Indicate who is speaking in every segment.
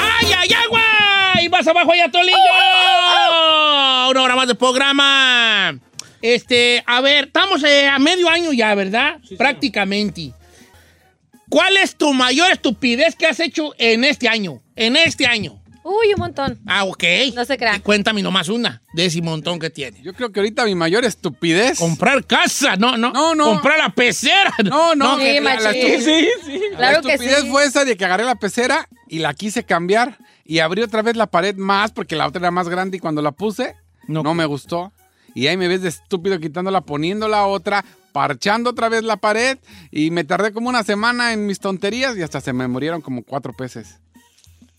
Speaker 1: ¡Ay, ay, agua! ¡Y más abajo hay atolillo! Una hora más de programa. Este, a ver, estamos eh, a medio año ya, ¿verdad? Prácticamente. ¿Cuál es tu mayor estupidez que has hecho en este año? En este año.
Speaker 2: Uy, un montón.
Speaker 1: Ah, ok.
Speaker 2: No se crea.
Speaker 1: Y Cuéntame nomás una de ese montón que tiene.
Speaker 3: Yo creo que ahorita mi mayor estupidez.
Speaker 1: Comprar casa, no, no.
Speaker 3: No, no.
Speaker 1: Comprar la pecera.
Speaker 3: No, no,
Speaker 2: Sí,
Speaker 3: que-
Speaker 2: machín.
Speaker 3: estu-
Speaker 2: Sí, Claro
Speaker 3: la
Speaker 2: que
Speaker 3: estupidez
Speaker 2: sí.
Speaker 3: fue esa de que agarré la pecera y la quise cambiar y abrí otra vez la pared más porque la otra era más grande y cuando la puse
Speaker 1: No.
Speaker 3: no, me gustó. Y ahí me ves de estúpido quitándola, poniendo la otra, parchando otra vez la pared y me tardé como una semana en mis tonterías y hasta se me murieron como cuatro peces.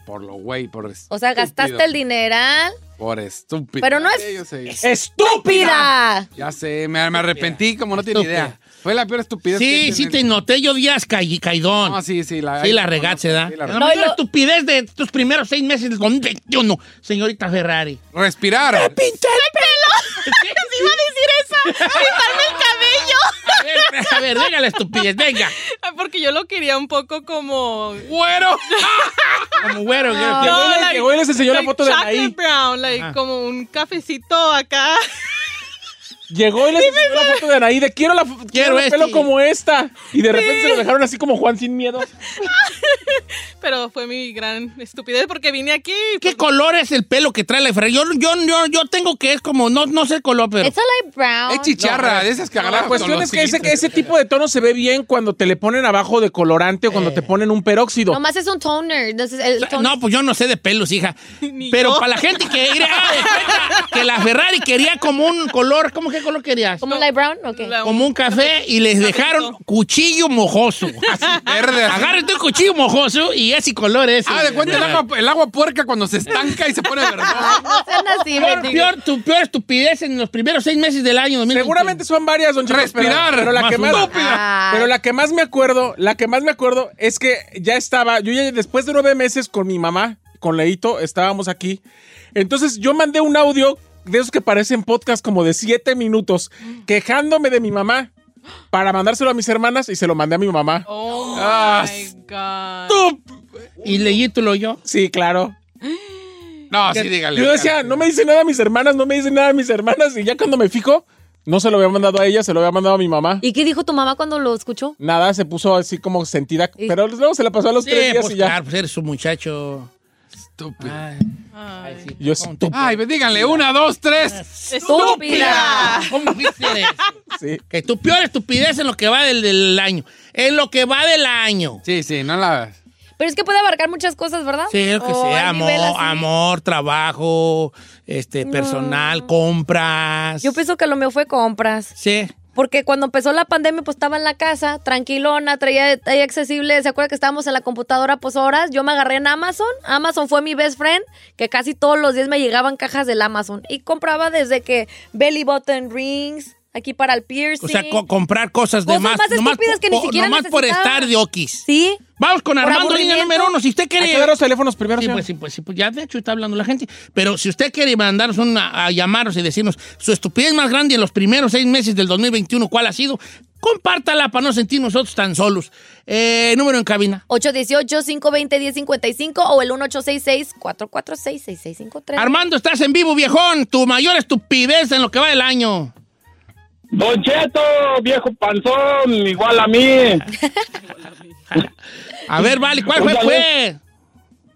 Speaker 3: Por lo güey, por estúpido.
Speaker 2: O sea, gastaste el dineral.
Speaker 3: Por estúpido.
Speaker 2: Pero no
Speaker 3: Ya
Speaker 2: es-
Speaker 3: sé, pues. yo sé.
Speaker 2: ¡Pida!
Speaker 3: Ya sé, me, me arrepentí como no tiene
Speaker 1: Estúpida.
Speaker 3: idea. Fue la peor estupidez.
Speaker 1: Sí,
Speaker 3: que-
Speaker 1: sí te noté yo días cai- caidón.
Speaker 3: No, sí, sí. La,
Speaker 1: Sí, la
Speaker 3: regaste,
Speaker 1: regaste, ¿da?
Speaker 3: Sí, la
Speaker 1: la
Speaker 3: regué.
Speaker 1: mayor
Speaker 2: No, y lo-
Speaker 1: estupidez de tus primeros seis meses del 2021, señorita Ferrari.
Speaker 3: Respirar.
Speaker 2: ¡Iba a decir eso! ¡Pintarme el cabello!
Speaker 1: A ver, a ver, venga la estupidez, venga.
Speaker 4: Ay, Porque yo lo quería un poco como.
Speaker 1: ¡Güero! Como güero. güero.
Speaker 4: No,
Speaker 5: huele- que huele, se enseñó la foto de
Speaker 4: chocolate
Speaker 5: Anaí.
Speaker 4: brown, like,
Speaker 1: Ajá.
Speaker 4: como un cafecito acá.
Speaker 5: Llegó y les enseñó la foto de Anaí de quiero la quiero, el
Speaker 1: este".
Speaker 5: pelo como esta. Y de repente se lo dejaron así como Juan sin miedo.
Speaker 4: Pero fue mi gran estupidez porque vine aquí. y
Speaker 1: ¿Qué color es el pelo que trae la Ferrari? Yo, yo, yo, yo tengo que es como, no, no sé el color, pero...
Speaker 2: It's a light brown.
Speaker 3: Es chicharra,
Speaker 1: No,
Speaker 3: de esas que agarran
Speaker 5: La cuestión
Speaker 3: con
Speaker 5: es
Speaker 3: los
Speaker 5: que ese,
Speaker 3: hilitos.
Speaker 5: ese tipo de tono se ve bien cuando te le ponen abajo de colorante o cuando te ponen un peróxido.
Speaker 2: Nomás es un toner. Entonces, el toner-
Speaker 1: No, pues yo no sé de pelos, hija. Pero para la gente que "Ah, irá que la Ferrari quería como un color, ¿cómo qué color querías?
Speaker 2: ¿Como un light brown? Ok.
Speaker 4: La-
Speaker 1: Como un café y les dejaron cuchillo mojoso. Así.
Speaker 3: Verde. así.
Speaker 1: Agárrate un cuchillo mojoso y ese color ese.
Speaker 3: Ah, de cuenta el agua, el agua puerca cuando se estanca y se pone
Speaker 4: Ah,
Speaker 3: verdosa.
Speaker 2: No sean así,
Speaker 1: Peor,
Speaker 2: mendigos.
Speaker 1: peor, tu peor estupidez en los primeros seis meses del año 2021.
Speaker 5: Seguramente son varias, don Chico,
Speaker 3: Respirar,
Speaker 5: Pero, pero la
Speaker 1: más
Speaker 5: que más,
Speaker 2: estúpida.
Speaker 5: pero la que más me acuerdo, la que más me acuerdo es que ya estaba, yo ya después de nueve meses con mi mamá, con Leito, estábamos aquí. Entonces yo mandé un audio de esos que parecen podcast como de siete minutos,
Speaker 4: Mm.
Speaker 5: quejándome de mi mamá para mandárselo a mis hermanas y se lo mandé a mi mamá. Ah,
Speaker 4: Oh my God.
Speaker 1: Y leí tú lo yo.
Speaker 5: Sí, claro.
Speaker 3: No, sí, dígale.
Speaker 5: Yo decía, no me dice nada a mis hermanas, no me dice nada a mis hermanas y ya cuando me fijo, no se lo había mandado a ella, se lo había mandado a mi mamá.
Speaker 2: ¿Y qué dijo tu mamá cuando lo escuchó?
Speaker 5: Nada, se puso así como sentida.
Speaker 2: Y-
Speaker 5: Pero luego se la pasó a los
Speaker 1: Sí,
Speaker 5: tres días
Speaker 1: pues
Speaker 5: y ya.
Speaker 1: claro, pues eres un muchacho.
Speaker 3: Estúpido.
Speaker 4: Ay.
Speaker 1: Ay, sí,
Speaker 5: Yo
Speaker 1: tonto.
Speaker 5: estúpido.
Speaker 3: Ay, pues díganle, una, dos, tres.
Speaker 2: ¡Estúpida!
Speaker 1: ¿Cómo viste eso?
Speaker 5: Sí.
Speaker 1: Que tu peor estupidez en lo que va del, del año. En lo que va del año.
Speaker 3: Sí, sí, no la.
Speaker 2: Pero es que puede abarcar muchas cosas, ¿verdad?
Speaker 1: Sí, lo que
Speaker 2: O al
Speaker 1: sea, amor,
Speaker 2: nivel así.
Speaker 1: amor, trabajo, este, personal, compras.
Speaker 2: Yo pienso que lo mío fue compras.
Speaker 1: Sí.
Speaker 2: Porque cuando empezó la pandemia, pues estaba en la casa, tranquilona, traía ahí accesible. ¿Se acuerda que estábamos en la computadora pues horas? Yo me agarré en Amazon. Amazon fue mi best friend, que casi todos los días me llegaban cajas del Amazon. Y compraba desde que belly button rings, aquí para el piercing.
Speaker 1: O sea, co- comprar cosas, de
Speaker 2: Cosas
Speaker 1: más.
Speaker 2: más
Speaker 1: nomás
Speaker 2: estúpidas que ni
Speaker 1: po-
Speaker 2: siquiera
Speaker 1: nomás por
Speaker 2: necesitaba.
Speaker 1: estar de okis.
Speaker 2: Sí.
Speaker 1: Vamos con
Speaker 2: Por
Speaker 1: Armando, línea
Speaker 2: aburrimiento.
Speaker 1: número uno. Si usted quiere...
Speaker 5: Hay que dar los teléfonos primero,
Speaker 1: Sí,
Speaker 5: señor.
Speaker 1: pues, sí, pues, sí, pues ya de hecho está hablando la gente. Pero si usted quiere mandarnos una, a llamarnos y decirnos su estupidez más grande en los primeros seis meses del 2021, ¿cuál ha sido? Compártala para no sentir nosotros tan solos. Eh, número en cabina.
Speaker 2: 818-520-1055 o el 1866-446-6653.
Speaker 1: Armando, estás en vivo, viejón. Tu mayor estupidez en lo que va del año.
Speaker 6: Don Cheto, Oh, viejo panzón, igual a mí.
Speaker 1: A ver, vale, ¿cuál fue? pues?
Speaker 6: Ándale.
Speaker 1: fue?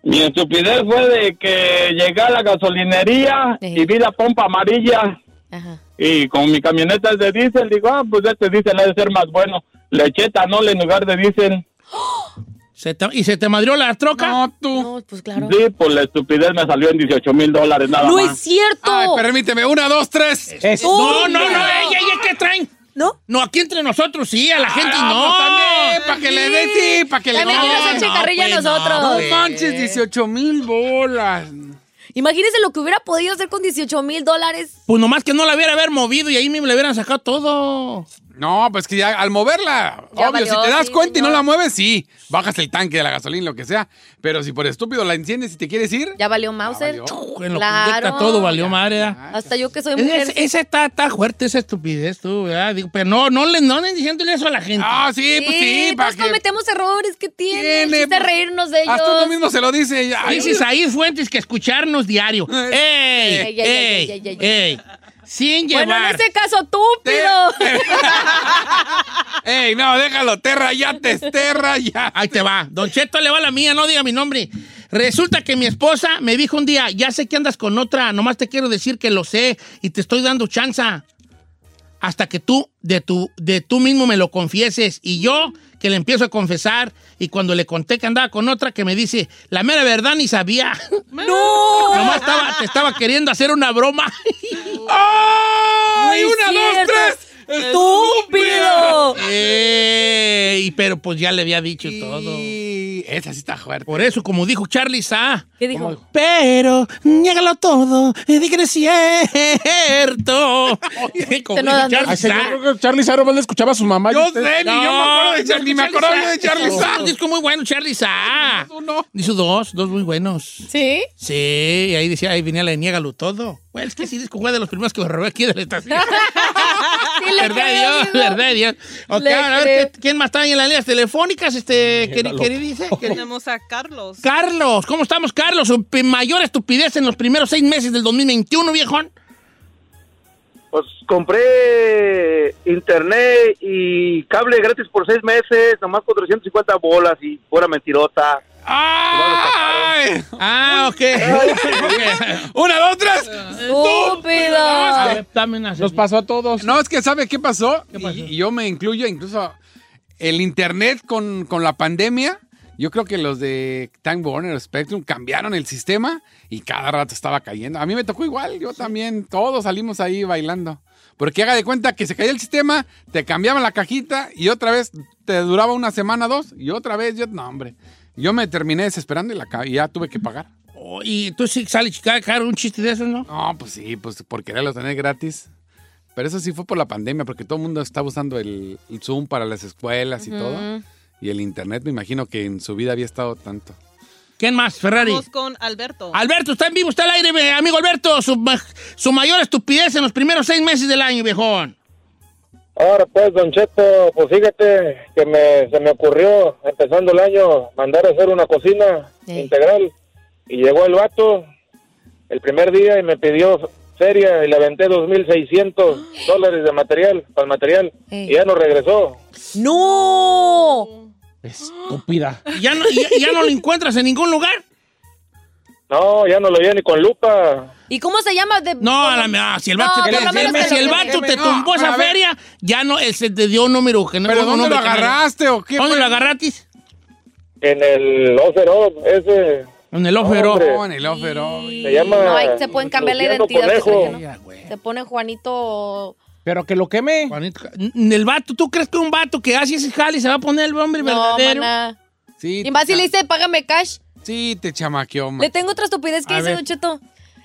Speaker 6: Mi estupidez fue de que llegué a la gasolinería
Speaker 2: Sí.
Speaker 6: y vi la pompa amarilla.
Speaker 2: Ajá.
Speaker 6: Y con mi camioneta es de diésel, digo, ah, pues este diésel ha de ser más bueno. Le eché etanol en lugar de diésel.
Speaker 1: Se te- ¿Y se te madrió la troca?
Speaker 3: No, tú.
Speaker 2: No, pues claro.
Speaker 6: Sí, por la estupidez me salió en 18 mil dólares nada
Speaker 2: ¡No es
Speaker 6: más.
Speaker 2: cierto!
Speaker 1: Ah,
Speaker 3: Ay, permíteme. Una, dos, tres.
Speaker 5: Es-
Speaker 1: No, no, no, ey, ey, ey, ¿qué traen?
Speaker 2: ¿No?
Speaker 1: No, aquí entre nosotros sí, a la gente no.
Speaker 3: Vamos Ah, también, para que le dé, sí, para que le
Speaker 2: También que nos
Speaker 3: dé.
Speaker 2: eche carrilla
Speaker 1: pues,
Speaker 2: a nosotros.
Speaker 1: no,
Speaker 3: No
Speaker 1: güey.
Speaker 3: manches, 18 mil bolas.
Speaker 2: Imagínense lo que hubiera podido hacer con 18 mil dólares.
Speaker 1: Pues nomás que no la hubiera haber movido y ahí mismo le hubieran sacado todo.
Speaker 3: No, pues que ya al moverla,
Speaker 2: Ya
Speaker 3: obvio,
Speaker 2: valió,
Speaker 3: si te das
Speaker 2: sí,
Speaker 3: cuenta y no
Speaker 2: señor.
Speaker 3: la mueves, sí, bajas el tanque de la gasolina, lo que sea. Pero si por estúpido la enciendes y te quieres ir,
Speaker 2: Ya valió Mauser.
Speaker 3: valió.
Speaker 1: En lo que inyecta todo valió madre. ¿verdad?
Speaker 2: Hasta yo que soy mujer.
Speaker 1: Es- Esa está, está fuerte, esa estupidez, tú, ¿verdad? Digo, pero no, no le no anden diciéndole eso a la gente.
Speaker 3: ah, sí, pues sí,
Speaker 2: Sí,
Speaker 3: para
Speaker 2: todos
Speaker 3: que
Speaker 2: cometemos errores que tiene.
Speaker 3: tiene,
Speaker 2: Tiene de
Speaker 3: pues,
Speaker 2: reírnos de ellos.
Speaker 3: Hasta uno mismo se lo dice. ya. Ay,
Speaker 1: Dices ahí fuentes que escucharnos diario. ¡Ey!
Speaker 2: Ey, ey, ey,
Speaker 1: ¡Ey!
Speaker 2: ey, ey,
Speaker 1: ¡Ey! Sin
Speaker 2: Bueno, en
Speaker 1: llevar.
Speaker 2: ese caso, túpido.
Speaker 3: ey, no, déjalo, te rayates, te rayates.
Speaker 1: Ahí te va. Don Cheto le va la mía, no diga mi nombre. Resulta que mi esposa me dijo un día, ya sé que andas con otra, nomás te quiero decir que lo sé y te estoy dando chanza. Hasta que tú, de, tu, de tú mismo me lo confieses. Y yo, que le empiezo a confesar. Y cuando le conté que andaba con otra, que me dice, la mera verdad ni sabía.
Speaker 2: ¡No!
Speaker 1: nomás estaba, te estaba queriendo hacer una broma.
Speaker 3: ¡Ay,
Speaker 2: No es
Speaker 3: una,
Speaker 2: cierto.
Speaker 3: dos, tres!
Speaker 2: ¡Túpido!
Speaker 1: Ey, pero pues ya le había dicho todo.
Speaker 3: Y esa sí está fuerte.
Speaker 1: Por eso, como dijo Charlie Sa.
Speaker 2: ¿Qué dijo?
Speaker 1: Pero, niégalo todo, y di que no es cierto. Como
Speaker 2: Te no
Speaker 1: dijo
Speaker 2: dan
Speaker 1: Charlie
Speaker 5: Ay, señor,
Speaker 1: Sa.
Speaker 5: creo que Charlie Saro más le escuchaba a su mamá. y
Speaker 3: Yo
Speaker 5: usted-
Speaker 3: sé, ni yo me acuerdo de Charlie, ni me acordaba yo de Charlie
Speaker 1: Sa.
Speaker 3: Sa.
Speaker 1: Un disco muy bueno, Charlie Sa.
Speaker 3: Uno.
Speaker 1: Hizo dos, dos muy buenos.
Speaker 2: ¿Sí?
Speaker 1: Sí, y ahí decía, ahí venía la de Niégalo todo. Güey, es que ese disco fue de los primeros que me robé aquí de la estación.
Speaker 2: Sí, le
Speaker 1: verdad de
Speaker 2: creo,
Speaker 1: Dios,
Speaker 2: amigo.
Speaker 1: verdad de Dios. Ok,
Speaker 2: Le
Speaker 1: ahora a ver,
Speaker 2: creo.
Speaker 1: ¿qué- ¿quién más está ahí en las líneas telefónicas? Este, queri- queridice. queri-
Speaker 4: Tenemos a Carlos.
Speaker 1: Carlos, ¿cómo estamos, Carlos? Su pe- mayor estupidez en los primeros seis meses del 2021, viejón.
Speaker 6: Pues compré eh, internet y cable gratis por seis meses, nomás por 350 bolas y pura mentirota.
Speaker 3: ¡Ay!
Speaker 1: Ah, ok. Ok.
Speaker 3: ¡Una, dos, tres!
Speaker 1: A
Speaker 2: ¡Túpido!
Speaker 1: ver, dame una
Speaker 5: Nos pasó a todos.
Speaker 3: No, es que ¿sabe qué pasó?
Speaker 1: ¿Qué pasó?
Speaker 3: Y, y yo me incluyo, incluso el internet con, con la pandemia. Yo creo que los de Time Warner Spectrum cambiaron el sistema y cada rato estaba cayendo. A mí me tocó igual, yo también, todos salimos ahí bailando. Porque haga de cuenta que se caía el sistema, te cambiaban la cajita y otra vez te duraba una semana, dos, y otra vez, yo, no, hombre. Yo me terminé desesperando y, la, ca- y ya tuve que pagar.
Speaker 1: Oh, y tú sí sales chica, claro, un chiste de esos, ¿no?
Speaker 3: No, pues sí, pues por quererlo tener gratis. Pero eso sí fue por la pandemia, porque todo el mundo estaba usando el, el Zoom para las escuelas y todo. Y el Internet, me imagino que en su vida había estado tanto.
Speaker 1: ¿Quién más? Ferrari.
Speaker 4: Vamos con Alberto.
Speaker 1: Alberto, está en vivo, está al aire, eh, amigo Alberto. Su, ma- su mayor estupidez en los primeros seis meses del año, viejón.
Speaker 6: Ahora pues, Don Cheto, pues fíjate que me, se me ocurrió, empezando el año, mandar a hacer una cocina
Speaker 2: Ey.
Speaker 6: integral. Y llegó el vato el primer día y me pidió feria y le aventé 2.600 dólares de material, para el material.
Speaker 2: Ey.
Speaker 6: Y ya no regresó.
Speaker 2: ¡No!
Speaker 5: Estúpida.
Speaker 1: ¿Y ¿Ya no, y- y ya no lo encuentras en ningún lugar?
Speaker 6: No, ya no lo vi ni con lupa.
Speaker 2: ¿Y cómo se llama? De-
Speaker 1: No, a la, ah, si el vato,
Speaker 2: No,
Speaker 1: te-
Speaker 2: por lo menos
Speaker 1: si
Speaker 2: que
Speaker 1: el
Speaker 2: lo
Speaker 1: vato
Speaker 3: tiene.
Speaker 1: te
Speaker 3: No,
Speaker 1: tumbó esa
Speaker 3: a ver.
Speaker 1: feria, ya no, él se te dio un número que no
Speaker 3: ¿Pero
Speaker 1: un
Speaker 3: dónde lo
Speaker 1: número que no era.
Speaker 3: agarraste o qué?
Speaker 1: ¿Dónde
Speaker 3: fue?
Speaker 1: lo agarraste?
Speaker 6: En el Ocerob, ese
Speaker 1: En el ófero.
Speaker 6: Hombre.
Speaker 3: No, en el ófero.
Speaker 6: se llama...
Speaker 2: No, ahí se pueden cambiar la
Speaker 6: Luciano
Speaker 2: identidad,
Speaker 6: Conejo.
Speaker 2: pero que no.
Speaker 1: Ya, güey.
Speaker 2: Se pone Juanito.
Speaker 5: Pero que lo queme.
Speaker 1: Juanito, n- el vato, ¿tú crees que un vato que hace ese jale se va a poner el hombre
Speaker 2: No,
Speaker 1: verdadero?
Speaker 2: maná.
Speaker 3: Sí,
Speaker 2: Y más si le dice, págame cash.
Speaker 3: sí, te chamaqueó, man.
Speaker 2: Le tengo otra estupidez que
Speaker 1: A
Speaker 2: hice,
Speaker 1: ver.
Speaker 2: Don Cheto.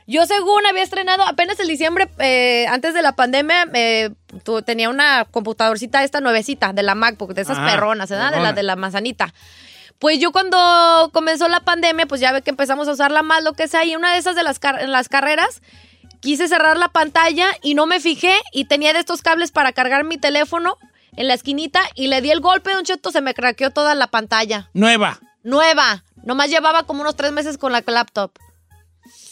Speaker 2: Yo según había estrenado apenas el diciembre, eh, antes de la pandemia, eh, tu- tenía una computadorcita esta nuevecita, de la MacBook, de esas
Speaker 1: Ajá,
Speaker 2: perronas, ¿verdad? De la
Speaker 1: perrona.
Speaker 2: de la manzanita. Pues yo cuando comenzó la pandemia, pues ya ve que empezamos a usarla más, lo que sea, y una de esas de las, car- en las carreras, quise cerrar la pantalla y no me fijé y tenía de estos cables para cargar mi teléfono en la esquinita y le di el golpe, don Cheto, se me craqueó toda la pantalla.
Speaker 1: Nueva.
Speaker 2: Nueva. Nomás llevaba como unos tres meses con la laptop.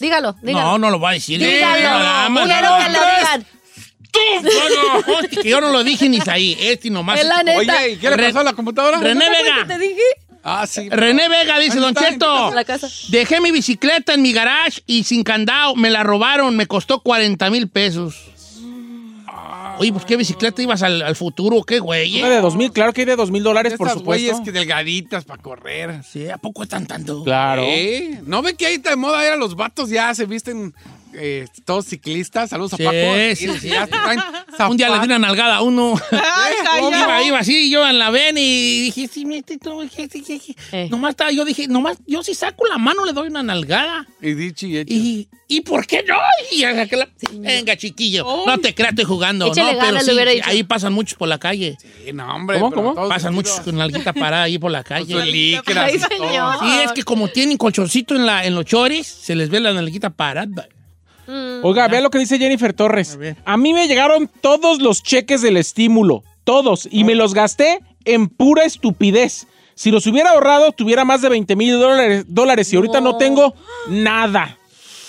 Speaker 2: Dígalo, dígalo.
Speaker 1: No, no lo va a decir.
Speaker 2: Dígalo.
Speaker 1: Nada más.
Speaker 2: Quiero que lo digan.
Speaker 1: No, no, hostia, que yo no lo dije ni ahí. Este nomás.
Speaker 2: Es la neta.
Speaker 3: Oye, ¿y qué le
Speaker 1: Re-
Speaker 3: pasó a la computadora?
Speaker 1: René
Speaker 2: ¿Te acuerdas que
Speaker 1: Vega.
Speaker 2: te dije?
Speaker 3: Ah, sí.
Speaker 1: René Vega dice,
Speaker 3: Ahí
Speaker 1: Don
Speaker 3: está,
Speaker 1: Cheto,
Speaker 2: en la casa.
Speaker 1: dejé mi bicicleta en mi garage y sin candado, me la robaron, me costó 40 mil pesos. Oye, pues qué bicicleta ibas al, al futuro, qué güey.
Speaker 5: Una de 2000, claro que hay de 2000 dólares, por
Speaker 3: Estas güeyes
Speaker 5: supuesto.
Speaker 3: que delgaditas para correr.
Speaker 1: Sí, ¿a poco están tanto?
Speaker 5: Claro.
Speaker 3: ¿Eh? ¿No ven que ahí está de moda era los vatos ya se visten eh, todos ciclistas? Saludos a
Speaker 1: Sí,
Speaker 3: Paco. Y-
Speaker 1: sí,
Speaker 3: y
Speaker 1: sí.
Speaker 3: ya traen
Speaker 1: Un día le di
Speaker 3: zapatos.
Speaker 1: una nalgada a uno.
Speaker 2: Ah,
Speaker 4: Ay,
Speaker 1: Yo
Speaker 4: calla.
Speaker 1: iba, iba así, yo en la ven y dije, sí, mira, este todo, dije, sí, sí, sí.
Speaker 2: Eh.
Speaker 1: Nomás estaba, yo dije, nomás, yo si saco la mano le doy una nalgada.
Speaker 3: Y dicho y hecho.
Speaker 1: Y, ¿y por qué no? Y ya saqué la- Venga, chiquillo,
Speaker 4: Ay.
Speaker 1: no te creas, estoy jugando.
Speaker 2: Échale
Speaker 1: no,
Speaker 2: ganas, le
Speaker 1: pero sí,
Speaker 2: hubiera dicho.
Speaker 1: ahí pasan muchos por la calle.
Speaker 3: Sí, no, hombre.
Speaker 5: ¿Cómo,
Speaker 3: pero
Speaker 5: cómo?
Speaker 3: todos
Speaker 1: Pasan muchos
Speaker 3: vestidos
Speaker 1: con nalguita parada ahí por la
Speaker 3: con
Speaker 1: calle.
Speaker 3: sus licras
Speaker 2: Ay,
Speaker 3: y todo.
Speaker 2: señor.
Speaker 1: Sí, es que como tienen colchoncito en, la, en los choris, se les ve la nalguita parada.
Speaker 5: Oiga, vea lo que dice Jennifer Torres.
Speaker 1: A ver.
Speaker 5: A mí me llegaron todos los cheques del estímulo, todos, y me
Speaker 1: Ah.
Speaker 5: los gasté en pura estupidez. Si los hubiera ahorrado, tuviera más de 20 mil dólares, dólares y ahorita no
Speaker 2: No.
Speaker 5: tengo nada.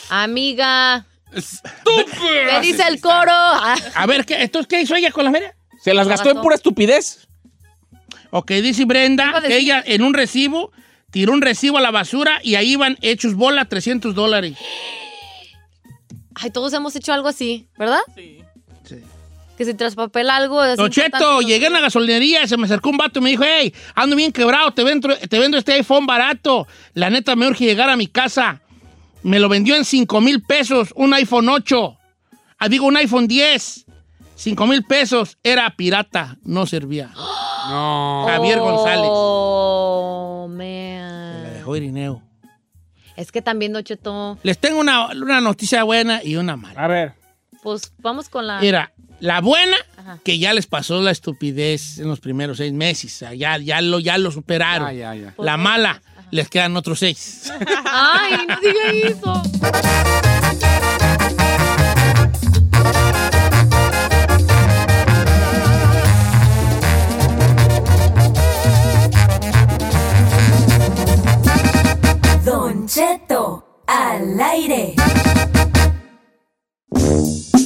Speaker 2: Amiga, ¿qué
Speaker 3: ¡Estúpido!
Speaker 2: dice el coro? Ah,
Speaker 1: A ver, ¿qué, ¿entonces qué hizo ella con la feria?
Speaker 5: Se las gastó en
Speaker 2: gastó.
Speaker 5: pura estupidez.
Speaker 1: Ok, dice Brenda
Speaker 2: Iba a
Speaker 1: que
Speaker 2: decir-
Speaker 1: ella en un recibo tiró un recibo a la basura y ahí van hechos bola 300 dólares.
Speaker 2: Ay, todos hemos hecho algo así, ¿verdad?
Speaker 4: Sí.
Speaker 2: Que se traspapela algo. es
Speaker 1: Don
Speaker 2: importante,
Speaker 1: Cheto,
Speaker 2: ¿no?
Speaker 1: llegué a la gasolinería, se me acercó un vato y me dijo, hey, ando bien quebrado, te vendo, te vendo este iPhone barato. La neta me urge llegar a mi casa. Me lo vendió en 5 mil pesos, un iPhone 8. Ah, digo, un iPhone 10. 5 mil pesos, era pirata, no servía.
Speaker 3: No.
Speaker 1: Javier González.
Speaker 2: Oh,
Speaker 1: La
Speaker 2: man.
Speaker 1: dejó Irineo.
Speaker 2: Es que también, Don Cheto,
Speaker 1: Les tengo una, una noticia buena y una mala.
Speaker 5: A ver.
Speaker 2: pues vamos con la...
Speaker 1: Era la buena,
Speaker 2: Ajá.
Speaker 1: que ya les pasó la estupidez en los primeros seis meses. O sea, ya, ya, lo, ya lo superaron.
Speaker 3: Ah, ya, ya.
Speaker 1: La mala, les quedan otros seis.
Speaker 2: Ay, no diga eso.
Speaker 7: Don Cheto, al aire.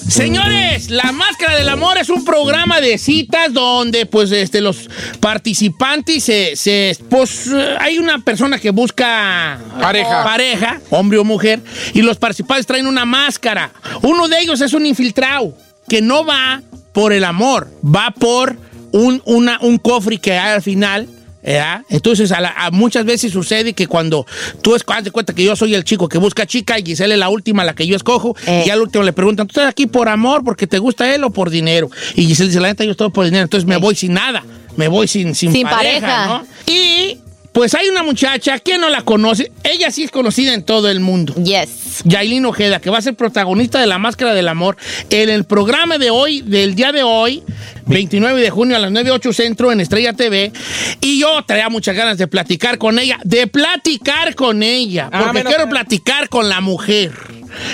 Speaker 1: Señores, La Máscara del Amor es un programa de citas donde pues este, los participantes se, se- pues, eh, hay una persona que busca
Speaker 3: Pareja.
Speaker 1: pareja, hombre o mujer, y los participantes traen una máscara. Uno de ellos es un infiltrado que no va por el amor, va por un, una- un cofre que hay al final. ¿verdad? Entonces, a la- a muchas veces sucede que cuando tú es- haz de cuenta que yo soy el chico que busca chica y Giselle es la última, la que yo escojo,
Speaker 2: Eh.
Speaker 1: y al último le preguntan, ¿tú estás aquí por amor, porque te gusta él o por dinero? Y Giselle dice, la neta, yo estoy por dinero, entonces me voy sin nada, me voy sin, sin,
Speaker 2: Eh. Sin
Speaker 1: pareja,
Speaker 2: pareja.
Speaker 1: ¿no? Y pues hay una muchacha que no la conoce, ella sí es conocida en todo el mundo.
Speaker 2: Yes.
Speaker 1: Yailin Ojeda, que va a ser protagonista de La Máscara del Amor en el programa de hoy, del día de hoy, 29 de junio a las 9.8 Centro en Estrella TV. Y yo traía muchas ganas de platicar con ella, de platicar con ella,
Speaker 5: Ah,
Speaker 1: porque
Speaker 5: menos
Speaker 1: quiero
Speaker 5: mal.
Speaker 1: platicar con la mujer.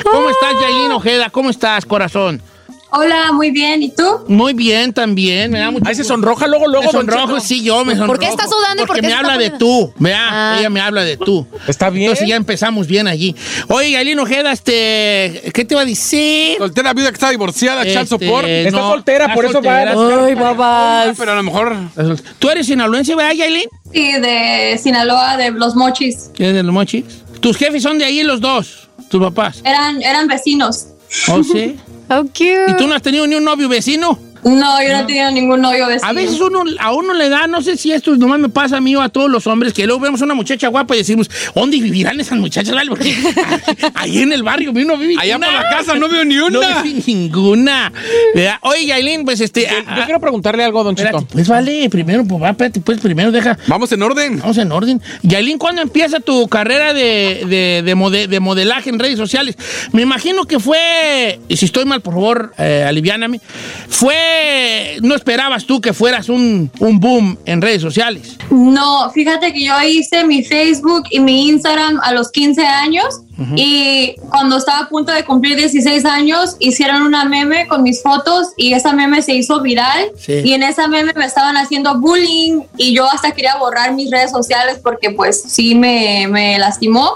Speaker 1: ¿Cómo estás, Yailin Ojeda? ¿Cómo estás, corazón?
Speaker 7: Hola, muy bien. ¿Y tú?
Speaker 1: Muy bien también, me da mucho
Speaker 5: Ahí se
Speaker 1: gusto.
Speaker 5: sonroja luego,
Speaker 1: Me
Speaker 5: luego. don
Speaker 1: sonrojo,
Speaker 5: Cheto.
Speaker 1: sí, yo me sonrojo.
Speaker 2: ¿Por qué está sudando y por
Speaker 1: Porque
Speaker 2: qué
Speaker 1: me
Speaker 2: se
Speaker 1: habla
Speaker 2: está
Speaker 1: de
Speaker 2: poniendo-
Speaker 1: tú, vea,
Speaker 2: Ah.
Speaker 1: ella me habla de tú.
Speaker 5: Está bien.
Speaker 1: Entonces ya empezamos bien allí. Oye, Yailin Ojeda, este, ¿qué te va a decir?
Speaker 3: Soltera viuda que está divorciada,
Speaker 1: Este,
Speaker 3: chal support.
Speaker 5: Está
Speaker 1: no,
Speaker 5: soltera,
Speaker 1: está
Speaker 5: por eso va.
Speaker 1: soltera.
Speaker 5: a-
Speaker 3: Ah, Pero a lo mejor.
Speaker 1: ¿Tú eres sinaloense, verdad, Yailin?
Speaker 7: Sí, de Sinaloa, de Los Mochis.
Speaker 1: ¿Eres de los mochis? Tus jefes son de ahí los dos, tus papás.
Speaker 7: Eran, eran vecinos.
Speaker 1: Oh, sí.
Speaker 2: How cute.
Speaker 1: ¿Y tú no has tenido ni un novio vecino?
Speaker 7: No, yo no he tenido ningún novio vecino.
Speaker 1: A veces uno, a uno le da, no sé si esto nomás me pasa a mí o a todos los hombres, que luego vemos una muchacha guapa y decimos, ¿dónde vivirán esas muchachas? vale? Porque ahí en el barrio vi uno vive.
Speaker 3: Allá por
Speaker 1: una.
Speaker 3: la casa no veo ni
Speaker 1: No
Speaker 3: una.
Speaker 1: vi ninguna. ¿Verdad? Oye, Yailin, pues este. ah,
Speaker 5: Yo
Speaker 1: ah,
Speaker 5: quiero preguntarle algo a Don Cheto.
Speaker 1: espérate, pues vale, primero, pues va, espérate, pues primero deja.
Speaker 3: Vamos en orden.
Speaker 1: Vamos en orden. Yailin, ¿cuándo empieza tu carrera de, de- de mode- de modelaje en redes sociales? Me imagino que fue, y si estoy mal, por favor, eh, aliviáname, fue qué no esperabas tú que fueras un, un boom en redes sociales?
Speaker 7: No, fíjate que yo hice mi Facebook y mi Instagram a los 15 años y cuando estaba a punto de cumplir 16 años hicieron una meme con mis fotos y esa meme se hizo viral
Speaker 1: Sí.
Speaker 7: y en esa meme me estaban haciendo bullying y yo hasta quería borrar mis redes sociales porque pues sí me, me lastimó.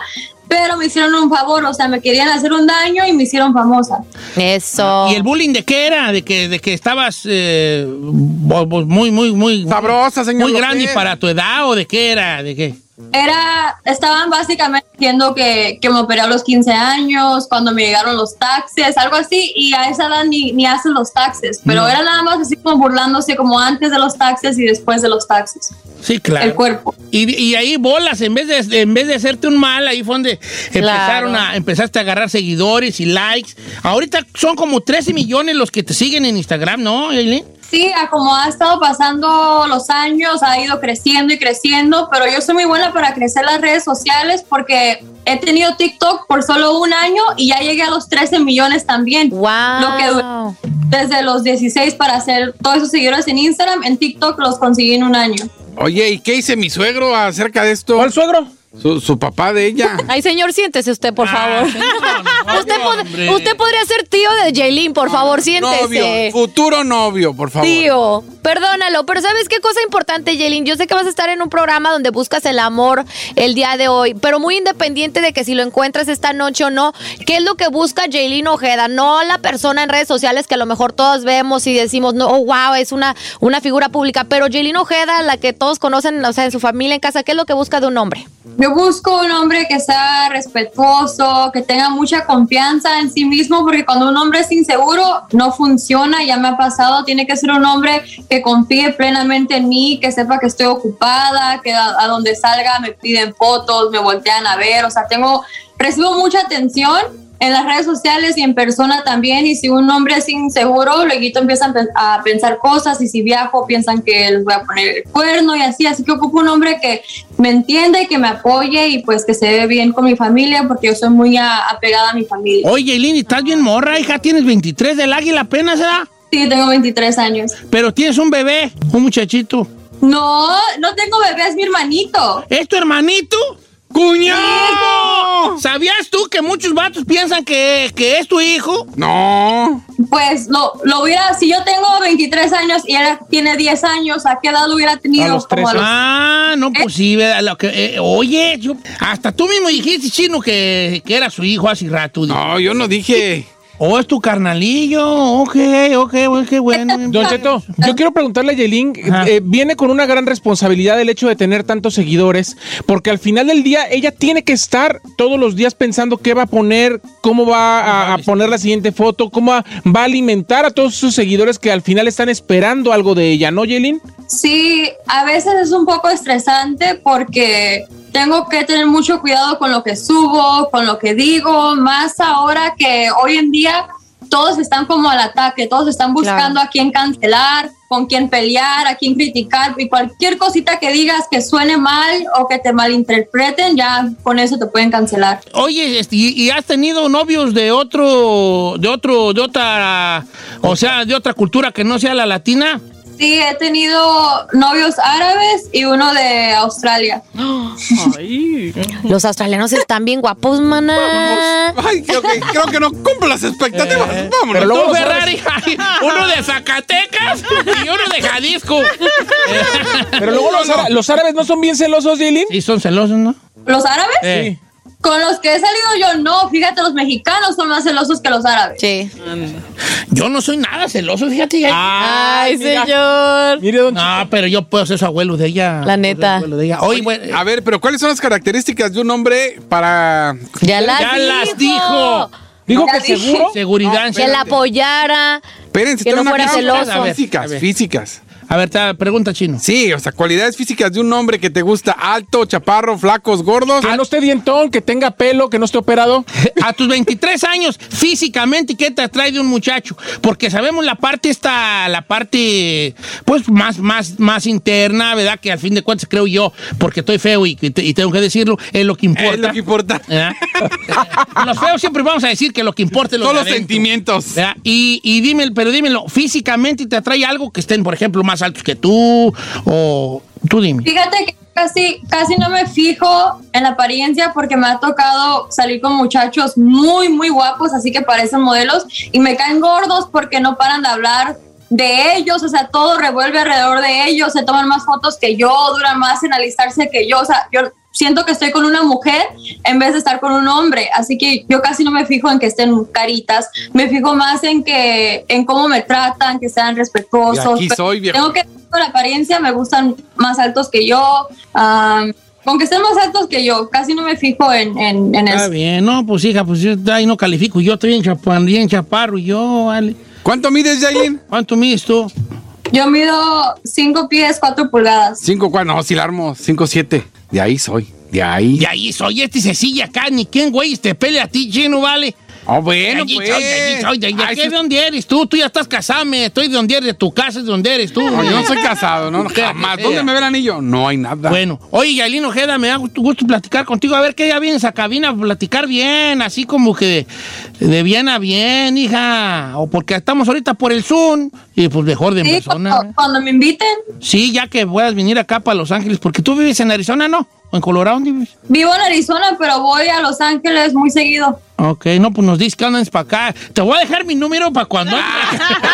Speaker 7: Pero me hicieron un favor, o sea, me querían hacer un daño y me hicieron famosa.
Speaker 2: Eso.
Speaker 1: ¿Y el bullying de qué era? ¿De que, de que estabas eh, bo- bo- muy, muy, muy...
Speaker 3: Sabrosa, señor
Speaker 1: Muy
Speaker 3: López.
Speaker 1: grande y para tu edad o de qué era? ¿De qué?
Speaker 7: Era, estaban básicamente diciendo que, que me operé a los 15 años, cuando me llegaron los taxes, algo así, y a esa edad ni, ni hacen los taxes, pero era nada más así como burlándose como antes de los taxes y después de los taxes,
Speaker 1: Sí, claro.
Speaker 7: el cuerpo.
Speaker 1: Y, y ahí bolas, en vez, de, en vez de hacerte un mal, ahí fue donde empezaron a, empezaste a agarrar seguidores y likes. Ahorita son como 13 millones los que te siguen en Instagram, ¿no, Eileen?
Speaker 7: Sí, a como ha estado pasando los años, ha ido creciendo y creciendo, pero yo soy muy buena para crecer las redes sociales porque he tenido TikTok por solo un año y ya llegué a los 13 millones también.
Speaker 2: Wow.
Speaker 7: Lo que du- desde los 16 para hacer todos esos seguidores en Instagram, en TikTok los conseguí en un año.
Speaker 3: Oye, ¿y qué dice mi suegro acerca de esto?
Speaker 5: ¿Cuál suegro?
Speaker 3: Su, su papá de ella.
Speaker 2: Ay, señor, siéntese usted, por
Speaker 1: Ah,
Speaker 2: favor.
Speaker 1: señor, no,
Speaker 2: usted, pod-
Speaker 1: hombre.
Speaker 2: usted podría ser tío de Jaylin, por favor, siéntese.
Speaker 3: Novio, futuro novio, por favor.
Speaker 2: Tío, perdónalo, pero ¿sabes qué cosa importante, Jelin? Yo sé que vas a estar en un programa donde buscas el amor el día de hoy, pero muy independiente de que si lo encuentras esta noche o no, ¿qué es lo que busca Jelin Ojeda? No la persona en redes sociales que a lo mejor todos vemos y decimos, no, oh, wow, es una, una figura pública, pero Jelin Ojeda, la que todos conocen, o sea, en su familia, en casa, ¿qué es lo que busca de un hombre?
Speaker 7: Yo busco un hombre que sea respetuoso, que tenga mucha confianza en sí mismo, porque cuando un hombre es inseguro no funciona, ya me ha pasado, tiene que ser un hombre que confíe plenamente en mí, que sepa que estoy ocupada, que a, a donde salga me piden fotos, me voltean a ver, o sea, tengo, recibo mucha atención en las redes sociales y en persona también, y si un hombre es inseguro, luego empiezan pe- a pensar cosas, y si viajo piensan que les voy a poner el cuerno y así, así que ocupo un hombre que me entienda y que me apoye y pues que se ve bien con mi familia, porque yo soy muy a- apegada a mi familia.
Speaker 1: Oye, Eileen, estás bien morra, hija, tienes 23 del águila apenas, ¿verdad?
Speaker 7: Sí, tengo 23 años.
Speaker 1: Pero tienes un bebé, un muchachito.
Speaker 7: No, no tengo bebé, es mi hermanito.
Speaker 1: ¿Es tu hermanito? ¡Cuñado! ¿Sabías tú que muchos vatos piensan que, que es tu hijo?
Speaker 3: No.
Speaker 7: Pues lo, lo hubiera, si yo tengo 23 años y él tiene 10 años, ¿a qué edad lo hubiera tenido?
Speaker 5: A los
Speaker 7: Como a los-
Speaker 1: Ah, no, pues sí, ¿verdad? Lo que, eh, oye, yo- hasta tú mismo dijiste, chino, que, que era su hijo hace rato.
Speaker 3: No, yo no dije.
Speaker 1: Oh, es tu carnalillo. Ok, ok, bueno, qué bueno.
Speaker 5: Don Cheto, yo quiero preguntarle a Yelin,
Speaker 1: Ajá.
Speaker 5: eh, viene con una gran responsabilidad el hecho de tener tantos seguidores, porque al final del día ella tiene que estar todos los días pensando qué va a poner, cómo va a, a poner la siguiente foto, cómo va va a alimentar a todos sus seguidores que al final están esperando algo de ella, ¿no, Yelin?
Speaker 7: Sí, a veces es un poco estresante porque tengo que tener mucho cuidado con lo que subo, con lo que digo, más ahora que hoy en día todos están como al ataque, todos están buscando a quién cancelar, con quién pelear, a quién criticar y cualquier cosita que digas que suene mal o que te malinterpreten, ya con eso te pueden cancelar.
Speaker 1: Oye, este, y, y has tenido novios de otro, de otro, de otra, o sea, de otra cultura que no sea la latina?
Speaker 7: Sí, he tenido novios árabes y uno de Australia.
Speaker 2: Los australianos están bien guapos, maná.
Speaker 3: Ay, creo que, creo que no cumplo las expectativas.
Speaker 1: Eh,
Speaker 3: Vámonos.
Speaker 5: pero luego-
Speaker 1: Tú,
Speaker 5: ¿cómo sabes?
Speaker 1: Ferrari, ay, uno de Zacatecas y uno de Jalisco.
Speaker 5: Pero luego los, ára- los árabes no son bien celosos, Yelin.
Speaker 1: Sí, son celosos, ¿no?
Speaker 7: ¿Los árabes?
Speaker 1: Eh.
Speaker 7: Con los que he salido yo no, fíjate, los mexicanos son más celosos que los árabes.
Speaker 2: Sí.
Speaker 1: Yo no soy nada celoso, fíjate. ya-
Speaker 2: Ay,
Speaker 5: mira.
Speaker 2: señor.
Speaker 5: Mire, don
Speaker 1: No, pero yo pues, puedo ser su abuelo de ella.
Speaker 3: Pues,
Speaker 2: La neta.
Speaker 1: Abuelo de ella. Oye, bueno, eh,
Speaker 3: A ver, pero ¿cuáles son las características de un hombre para.
Speaker 2: Ya las
Speaker 1: ya
Speaker 2: dijo.
Speaker 1: las dijo.
Speaker 5: dijo
Speaker 7: Ya
Speaker 5: que
Speaker 7: dije.
Speaker 5: seguro.
Speaker 1: Seguridad.
Speaker 2: Que la apoyara.
Speaker 3: Espérense,
Speaker 2: Que no
Speaker 3: tengo una
Speaker 2: fuera
Speaker 3: pregunta.
Speaker 2: celoso.
Speaker 3: Físicas,
Speaker 1: A ver.
Speaker 3: físicas.
Speaker 1: A ver, ta- pregunta chino.
Speaker 3: Sí, o sea, cualidades físicas de un hombre que te gusta alto, chaparro, flacos, gordos.
Speaker 5: Que no esté dientón, que tenga pelo, que no esté operado.
Speaker 1: A tus 23 años, físicamente, ¿qué te atrae de un muchacho? Porque sabemos la parte esta, la parte, pues, más, más, más interna, ¿verdad? Que al fin de cuentas creo yo, porque estoy feo y, y te- y tengo que decirlo, es lo que importa.
Speaker 3: Es lo que importa.
Speaker 1: ¿verdad? Los feos siempre vamos a decir que lo que importa es lo
Speaker 3: Son
Speaker 1: de
Speaker 3: los
Speaker 1: adentro,
Speaker 3: sentimientos.
Speaker 1: ¿verdad? Y, y dímelo, pero dímelo, físicamente te atrae algo que estén, por ejemplo, más altos que tú, o tú dime.
Speaker 7: Fíjate que casi, casi no me fijo en la apariencia porque me ha tocado salir con muchachos muy, muy guapos, así que parecen modelos, y me caen gordos porque no paran de hablar de ellos, o sea, todo revuelve alrededor de ellos, se toman más fotos que yo, duran más en alistarse que yo, o sea, yo siento que estoy con una mujer en vez de estar con un hombre, así que yo casi no me fijo en que estén caritas, me fijo más en que en cómo me tratan, que sean respetuosos.
Speaker 3: De aquí
Speaker 7: pero
Speaker 3: soy, viejo.
Speaker 7: Tengo que por la apariencia me gustan más altos que yo, aunque con que estén más altos que yo, casi no me fijo en, en, en
Speaker 1: Está
Speaker 7: eso.
Speaker 1: bien, no, pues hija, pues yo ahí no califico, yo estoy bien, chapan, bien chaparro, y yo, vale.
Speaker 3: ¿Cuánto mides, Jailin?
Speaker 1: ¿Cuánto mides tú?
Speaker 7: Yo mido 5 pies, 4 pulgadas.
Speaker 3: Cinco, ¿cuál? No, si la armo. Cinco, siete. De ahí soy. De ahí.
Speaker 1: Y ahí soy este Cecilia acá, ni quién, güey, te pelea a ti, chino, vale.
Speaker 3: Oh,
Speaker 1: De
Speaker 3: bueno,
Speaker 1: allí
Speaker 3: pues.
Speaker 1: soy, de allí soy, de, de
Speaker 3: Ay,
Speaker 1: aquí
Speaker 3: sí-
Speaker 1: de dónde eres tú, tú ya estás casada, me estoy de dónde eres, de tu casa es de dónde eres tú.
Speaker 3: No,
Speaker 1: güey.
Speaker 3: yo no soy casado, no, jamás. ¿Dónde me ve el anillo? No hay nada.
Speaker 1: Bueno, oye, Yailin Ojeda, me da gusto, gusto platicar contigo. A ver, que ya vienes a cabina, platicar bien, así como que de bien a bien, hija. O porque estamos ahorita por el Zoom, y pues mejor de
Speaker 7: Sí,
Speaker 1: persona.
Speaker 7: cuando, cuando me inviten,
Speaker 1: Sí, ya que puedas venir acá para Los Ángeles, porque tú vives en Arizona, ¿no? ¿O en Colorado? ¿Dónde vives?
Speaker 7: vivo en Arizona, pero voy a Los Ángeles muy seguido.
Speaker 1: Ok, no, pues nos dices que andas para acá. Te voy a dejar mi número para cuando...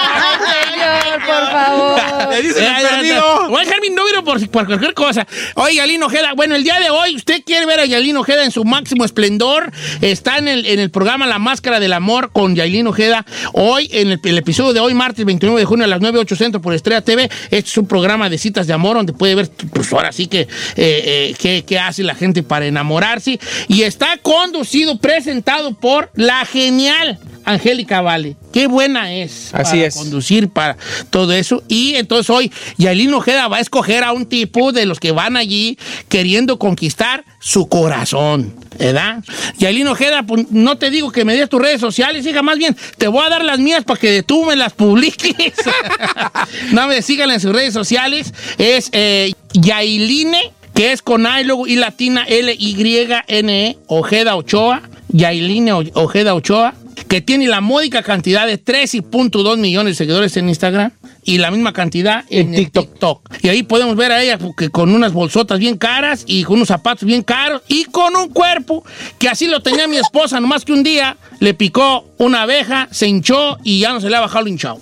Speaker 2: Señor, por favor.
Speaker 3: Le dicen el
Speaker 1: Eh,
Speaker 3: perdido.
Speaker 1: Voy a dejar mi número por, si- por cualquier cosa. Oye, Yalín Ojeda, bueno, el día de hoy usted quiere ver a Yalín Ojeda en su máximo esplendor. Está en el, en el programa La Máscara del Amor con Yailin Ojeda. Hoy, en el, el episodio de hoy, martes 29 de junio a las 9, 8 centro por Estrella TV. Este es un programa de citas de amor donde puede ver, pues ahora sí que, eh, eh, qué, qué hace la gente para enamorarse. Y está conducido, presentado por la genial Angélica Vale. Qué buena es.
Speaker 5: Así
Speaker 1: para
Speaker 5: es.
Speaker 1: conducir conducir para todo eso. Y entonces hoy Yailin Ojeda va a escoger a un tipo de los que van allí queriendo conquistar su corazón. ¿Verdad? Yailin Ojeda, pues, no te digo que me des tus redes sociales, hija, más bien te voy a dar las mías para que tú me las publiques. no me síganla en sus redes sociales. Es eh, Yailine, que es con A y luego y latina L-Y-N-E, Ojeda Ochoa. Yailine O- Ojeda Ochoa que tiene la módica cantidad de 13.2 millones de seguidores en Instagram y la misma cantidad en, el TikTok. Y ahí podemos ver a ella porque con unas bolsotas bien caras y con unos zapatos bien caros y con un cuerpo que así lo tenía mi esposa, nomás que un día le picó una abeja, se hinchó y ya no se le ha bajado lo hinchado.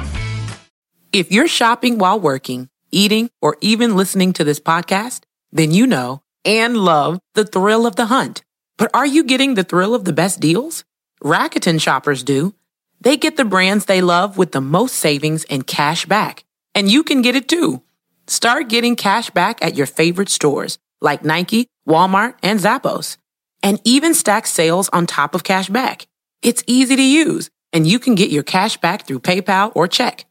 Speaker 8: If you're shopping while working, eating, or even listening to this podcast, then you know and love the thrill of the hunt. But are you getting the thrill of the best deals? Rakuten shoppers do. They get the brands they love with the most savings and cash back. And you can get it too. Start getting cash back at your favorite stores like Nike, Walmart, and Zappos. And even stack sales on top of cash back. It's easy to use and you can get your cash back through PayPal or check.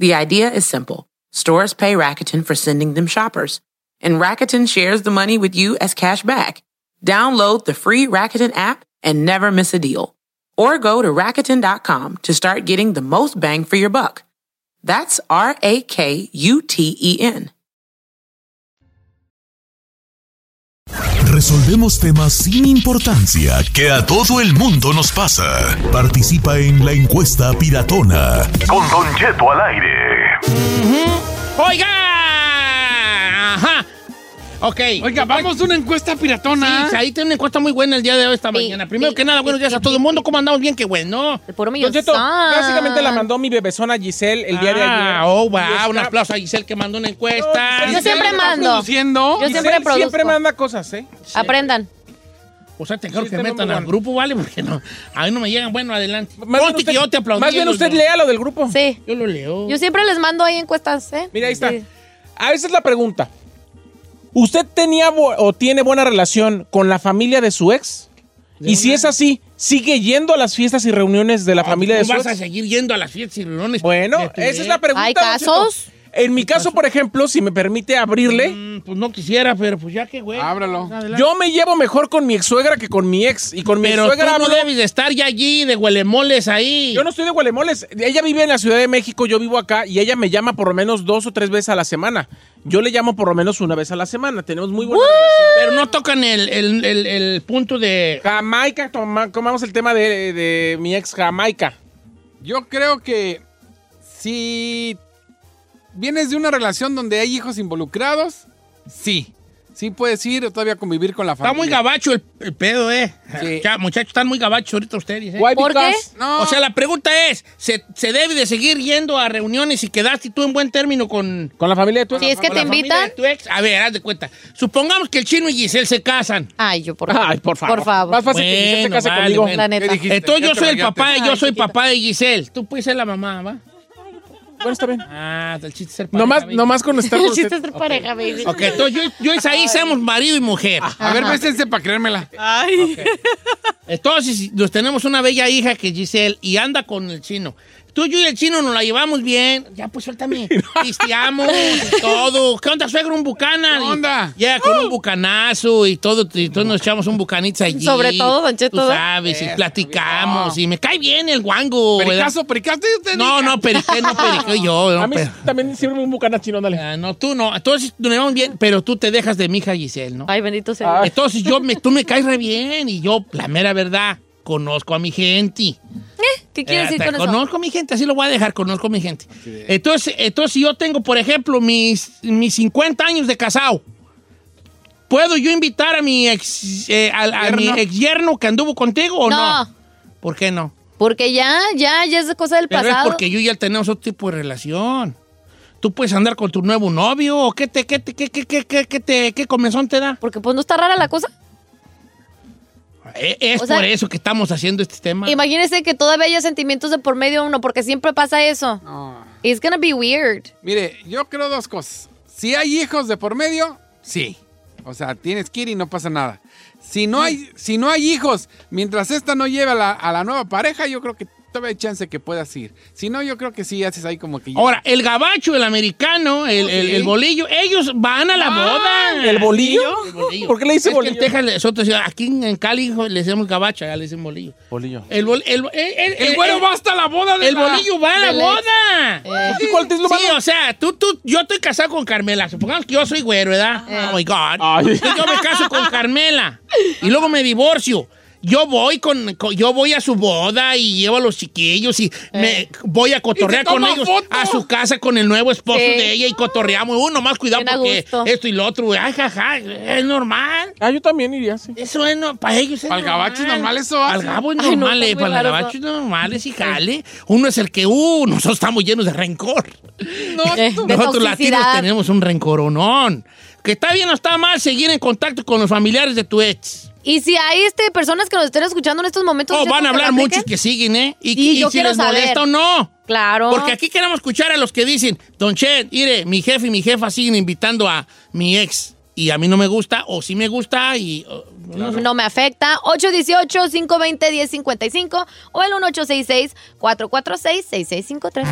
Speaker 8: The idea is simple. Stores pay Rakuten for sending them shoppers, and Rakuten shares the money with you as cash back. Download the free Rakuten app and never miss a deal. Or go to Rakuten.com to start getting the most bang for your buck. That's R A K U T E N.
Speaker 9: Resolvemos temas sin importancia que a todo el mundo nos pasa. Participa en la encuesta piratona. Con Don Cheto al aire.
Speaker 1: ¡Oiga! Ajá. Ok. Oiga, vamos a una encuesta piratona. Sí, ahí tiene una encuesta muy buena el día de hoy, esta mañana. Primero que nada, buenos días a todo el mundo. ¿Cómo andamos? Bien, qué bueno. El puro
Speaker 5: Don Cheto, básicamente la mandó mi bebezona Giselle el día de ayer.
Speaker 1: Ah, oh, wow. Un aplauso a Giselle que mandó una encuesta.
Speaker 2: Yo siempre mando. Yo
Speaker 5: Giselle
Speaker 2: siempre produzco.
Speaker 5: siempre manda cosas, ¿eh?
Speaker 2: Aprendan.
Speaker 1: O sea, te quiero que metan al
Speaker 5: bueno.
Speaker 1: grupo, ¿vale? Porque no, a mí no me llegan. Bueno, adelante.
Speaker 5: bien
Speaker 1: Conste que
Speaker 5: usted-
Speaker 1: yo te aplaudí.
Speaker 5: más bien
Speaker 1: los
Speaker 5: usted
Speaker 1: dos.
Speaker 5: lea lo del grupo.
Speaker 2: Sí.
Speaker 1: Yo lo leo.
Speaker 2: Yo siempre les mando ahí encuestas, ¿eh?
Speaker 5: Mira, ahí está. A veces la pregunta. ¿Usted tenía bu- o tiene buena relación con la familia de su ex? Y si es así, ¿sigue yendo a las fiestas y reuniones de la familia de
Speaker 1: ¿Tú
Speaker 5: su
Speaker 1: Ah, vas a
Speaker 5: ex?
Speaker 1: seguir eh? yendo a las fiestas y reuniones?
Speaker 5: Bueno,
Speaker 1: de tu
Speaker 5: esa
Speaker 1: ex?
Speaker 5: es la pregunta.
Speaker 2: ¿Hay
Speaker 5: don Cheto.
Speaker 2: casos?
Speaker 5: En mi caso, por ejemplo, si me permite abrirle.
Speaker 1: pues no quisiera, pero pues ya que güey. Ábralo.
Speaker 5: Yo me llevo mejor con mi ex suegra que con mi ex. Y con mi
Speaker 1: Pero
Speaker 5: suegra
Speaker 1: tú no debes de estar ya allí de huelemoles ahí.
Speaker 5: Yo no estoy de huelemoles. Ella vive en la Ciudad de México, yo vivo acá y ella me llama por lo menos dos o tres veces a la semana. Yo le llamo por lo menos una vez a la semana. Tenemos muy buena relación.
Speaker 1: Pero no tocan el, el- el- el punto de...
Speaker 5: Jamaica, toma- comamos el tema de, de mi ex Jamaica.
Speaker 3: Yo creo que si vienes de una relación donde hay hijos involucrados, sí. Sí puedes ir o todavía convivir con la
Speaker 1: Está
Speaker 3: familia.
Speaker 1: muy gabacho el, el pedo, ¿eh?
Speaker 3: Sí.
Speaker 1: Ya, muchachos, están muy gabachos ahorita ustedes, ¿eh?
Speaker 5: Why? ¿Por qué? Because-
Speaker 3: No.
Speaker 1: O sea, la pregunta es, ¿se, se debe de seguir yendo a reuniones y quedaste tú en buen término con...
Speaker 5: Con la familia de tu ex.
Speaker 2: Si es que
Speaker 1: con
Speaker 2: te
Speaker 1: la familia
Speaker 2: invitan.
Speaker 1: de tu ex? A ver, haz de cuenta. Supongamos que el chino y Giselle se casan.
Speaker 2: Ay, yo por favor.
Speaker 5: Ay, por favor.
Speaker 2: Por favor.
Speaker 5: Más fácil que Giselle se
Speaker 1: Bueno,
Speaker 5: case
Speaker 1: vale,
Speaker 5: conmigo.
Speaker 1: bueno.
Speaker 2: La neta.
Speaker 3: ¿Qué dijiste?
Speaker 1: Entonces
Speaker 3: Ya
Speaker 1: yo
Speaker 3: te
Speaker 1: soy el
Speaker 3: rayaste.
Speaker 1: papá, yo
Speaker 2: Ay,
Speaker 1: soy
Speaker 2: chiquita.
Speaker 1: papá de Giselle. Tú puedes ser la mamá, ¿va?
Speaker 5: Bueno, está bien.
Speaker 1: Ah, el chiste es ser
Speaker 5: Nomás,
Speaker 1: pareja,
Speaker 5: nomás con estar con
Speaker 2: El chiste
Speaker 5: usted.
Speaker 2: es ser pareja, baby.
Speaker 1: ¿ve? Ok, entonces yo, yo y Saí seamos marido y mujer.
Speaker 3: A ver, bésense para creérmela.
Speaker 4: Ay.
Speaker 1: Entonces nos tenemos una bella hija que es Giselle y anda con el chino. Tú, yo y el chino nos la llevamos bien. Ya, pues suéltame. Pisteamos y todo. ¿Qué onda, suegro? Un bucana.
Speaker 3: ¿Qué
Speaker 1: Y-
Speaker 3: onda? Uh.
Speaker 1: Ya, con un bucanazo y todo. Y todos nos echamos un bucanita allí.
Speaker 2: Sobre todo, Don Cheto,
Speaker 1: Tú
Speaker 2: ¿verdad?
Speaker 1: sabes, y platicamos. Y me cae bien el guango. ¿verdad?
Speaker 3: Pericazo, pericazo. yo te
Speaker 1: No,
Speaker 3: dije.
Speaker 1: no, periqué, no periqué yo. No,
Speaker 5: A mí
Speaker 1: pero-
Speaker 5: también sirve un bucana chino, dale.
Speaker 1: Ah, no, tú no. Entonces, nos llevamos bien, pero tú te dejas de mi hija Giselle, ¿no?
Speaker 2: Ay, bendito
Speaker 5: Ah.
Speaker 2: sea. Dios.
Speaker 1: Entonces, yo me, tú me caes re bien y yo, la mera verdad, conozco a mi gente.
Speaker 2: ¿Qué quieres
Speaker 1: Eh,
Speaker 2: decir
Speaker 1: te
Speaker 2: con eso?
Speaker 1: Conozco a mi gente, así lo voy a dejar, conozco a mi gente. Entonces, entonces si yo tengo, por ejemplo, mis, mis 50 años de casado. ¿Puedo yo invitar a mi ex eh, al- a, mi
Speaker 3: Yerno.
Speaker 1: ex yerno que anduvo contigo o no?
Speaker 2: No.
Speaker 1: ¿Por qué no?
Speaker 2: Porque ya, ya, ya es cosa del
Speaker 1: Pero es
Speaker 2: pasado.
Speaker 1: porque yo y él tenemos otro tipo de relación. Tú puedes andar con tu nuevo novio o qué te, qué te, qué, qué, qué, qué, qué te, qué comezón te da.
Speaker 2: Porque pues no está rara la cosa.
Speaker 1: Eh, Es
Speaker 2: O sea-
Speaker 1: por eso que estamos haciendo este tema.
Speaker 2: Imagínense que todavía haya sentimientos de por medio uno, porque siempre pasa eso.
Speaker 3: No.
Speaker 2: It's gonna be weird.
Speaker 3: Mire, yo creo dos cosas. Si hay hijos de por medio, sí. O sea, tienes que ir y no pasa nada. Si no hay, si no hay hijos, mientras esta no lleve a la, a la nueva pareja, yo creo que todavía hay chance que puedas ir. Si no, yo creo que sí haces ahí como que...
Speaker 1: Ahora, el gabacho, el americano, el, el- el bolillo, ellos van a
Speaker 2: Ah.
Speaker 1: la boda.
Speaker 5: ¿el bolillo?
Speaker 1: ¿Por qué le
Speaker 5: dice
Speaker 1: bolillo? en Texas, nosotros, aquí en en Cali hijo, le decimos gabacho, allá le dicen bolillo.
Speaker 5: Bolillo.
Speaker 1: El, bol- el, el,
Speaker 5: El güero va hasta la boda de
Speaker 1: El
Speaker 5: la-
Speaker 1: bolillo va a la
Speaker 5: del ex.
Speaker 1: boda.
Speaker 5: Eh. ¿Y cuál es lo
Speaker 1: sí,
Speaker 5: malo?
Speaker 1: o sea, tú, tú, yo estoy casado con Carmela. Supongamos que yo soy güero, ¿verdad? Oh my God.
Speaker 5: Ah. Ay.
Speaker 1: Yo me caso con Carmela y luego me divorcio. Yo voy con, con- yo voy a su boda y llevo a los chiquillos y me voy a cotorrear con
Speaker 5: Eh. toma
Speaker 1: ellos a su casa con el nuevo esposo de ella y cotorreamos. Uno más cuidado porque esto y lo otro, güey. ay jaja, es normal.
Speaker 5: Ah, yo también iría, sí.
Speaker 1: Eso es no, para ellos es
Speaker 3: Para el gabacho es normal eso, ¿ah?
Speaker 1: Para el gabo es
Speaker 3: Ay, no,
Speaker 1: normal,
Speaker 3: está muy
Speaker 1: eh, para el
Speaker 3: raro
Speaker 1: gabacho es
Speaker 3: eso.
Speaker 1: normal, es y jale. Uno es el que, uh, nosotros estamos llenos de rencor.
Speaker 3: Eh, de
Speaker 1: nosotros
Speaker 3: toxicidad.
Speaker 1: latinos tenemos un rencoronón. Que está bien o está mal seguir en contacto con los familiares de tu ex.
Speaker 2: Y si hay este, personas que nos estén escuchando en estos momentos.
Speaker 1: Oh,
Speaker 2: ¿sí
Speaker 1: van
Speaker 2: que
Speaker 1: a
Speaker 2: la
Speaker 1: hablar
Speaker 2: apliquen?
Speaker 1: muchos que siguen, ¿eh? Y,
Speaker 2: Sí,
Speaker 1: y
Speaker 2: yo
Speaker 1: si
Speaker 2: quiero
Speaker 1: les
Speaker 2: saber.
Speaker 1: molesta o no.
Speaker 2: Claro.
Speaker 1: Porque aquí queremos escuchar a los que dicen, Don Che, mire, mi jefe y mi jefa siguen invitando a mi ex y a mí no me gusta, o sí me gusta y... oh, no sé.
Speaker 2: No me afecta. 818-520-1055 o el
Speaker 1: Ah,
Speaker 2: 1866-446-6653.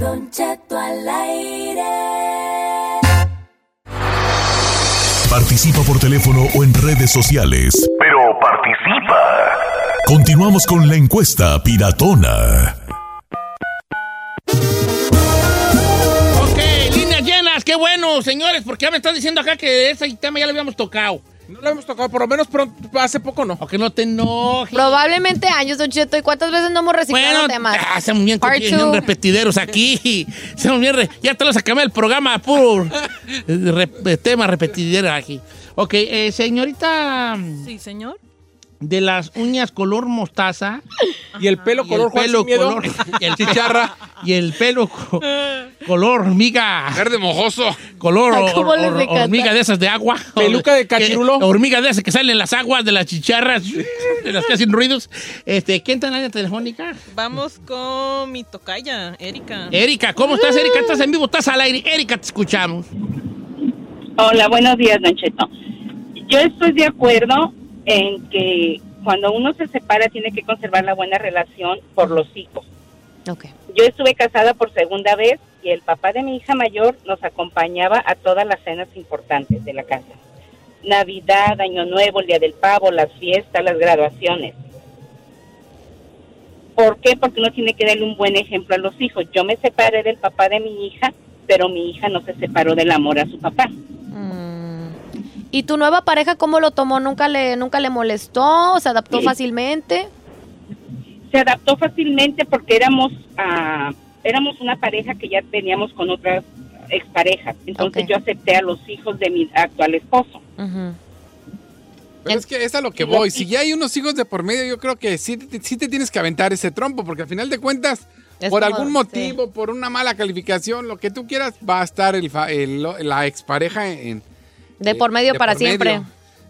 Speaker 10: Don Cheto al aire.
Speaker 9: Participa por teléfono o en redes sociales.
Speaker 11: Pero participa.
Speaker 9: Continuamos con la encuesta piratona.
Speaker 1: Ok, líneas llenas, qué bueno, señores, porque ya me están diciendo acá que ese tema ya lo habíamos tocado.
Speaker 5: No lo habíamos tocado, por lo menos pronto- hace poco no.
Speaker 1: Aunque no te enojes.
Speaker 2: Probablemente años, Don Cheto. ¿Y cuántas veces no hemos reciclado
Speaker 1: Bueno,
Speaker 2: temas?
Speaker 1: ah, hacemos bien,
Speaker 2: Part
Speaker 1: copi-
Speaker 2: two.
Speaker 1: bien repetideros aquí. Hacemos bien re- ya te lo sacamos del programa, puro re- eh, tema repetidero aquí. Ok, eh, señorita
Speaker 4: Sí, señor.
Speaker 1: de las uñas color mostaza.
Speaker 5: Y el pelo color Juan
Speaker 1: pelo
Speaker 5: sin miedo.
Speaker 1: color- y el chicharra. Y el pelo co- color hormiga. Verde mojoso. Color
Speaker 5: Ah, ¿cómo
Speaker 1: hor-
Speaker 5: les
Speaker 1: hor-
Speaker 5: encanta?
Speaker 1: hormiga de esas de agua.
Speaker 5: Peluca de
Speaker 1: Que-
Speaker 5: cachirulo.
Speaker 1: Hormiga de esas que salen en las aguas de las chicharras, de las que hacen ruidos. Este, ¿Quién está en la línea telefónica?
Speaker 4: Vamos con mi tocaya, Erika. Uh.
Speaker 1: Erika, ¿cómo estás, Erika? ¿Estás en vivo? ¿Estás al aire? Erika, te escuchamos.
Speaker 12: Hola, buenos días, Don Cheto. Yo estoy de acuerdo en que cuando uno se separa tiene que conservar la buena relación por los hijos. Yo estuve casada por segunda vez y el papá de mi hija mayor nos acompañaba a todas las cenas importantes de la casa. Navidad, Año Nuevo, el Día del Pavo, las fiestas, las graduaciones. ¿Por qué? Porque uno tiene que darle un buen ejemplo a los hijos. Yo me separé del papá de mi hija, pero mi hija no se separó del amor a su papá.
Speaker 2: ¿Y tu nueva pareja cómo lo tomó? ¿Nunca le, nunca le molestó? ¿O se adaptó
Speaker 12: Sí.
Speaker 2: fácilmente?
Speaker 12: se adaptó fácilmente porque éramos ah, éramos una pareja que ya teníamos con otras exparejas. Entonces yo acepté a los hijos de mi actual esposo.
Speaker 3: Pero es que es a lo que
Speaker 12: Y lo-
Speaker 3: voy. Si ya hay unos hijos de por medio, yo creo que sí, te- sí te tienes que aventar ese trompo, porque al final de cuentas,
Speaker 5: Es
Speaker 3: por
Speaker 5: como-
Speaker 3: algún motivo, por una mala calificación, lo que tú quieras, va a estar el, fa- el- lo- la expareja en...
Speaker 2: De por medio para siempre.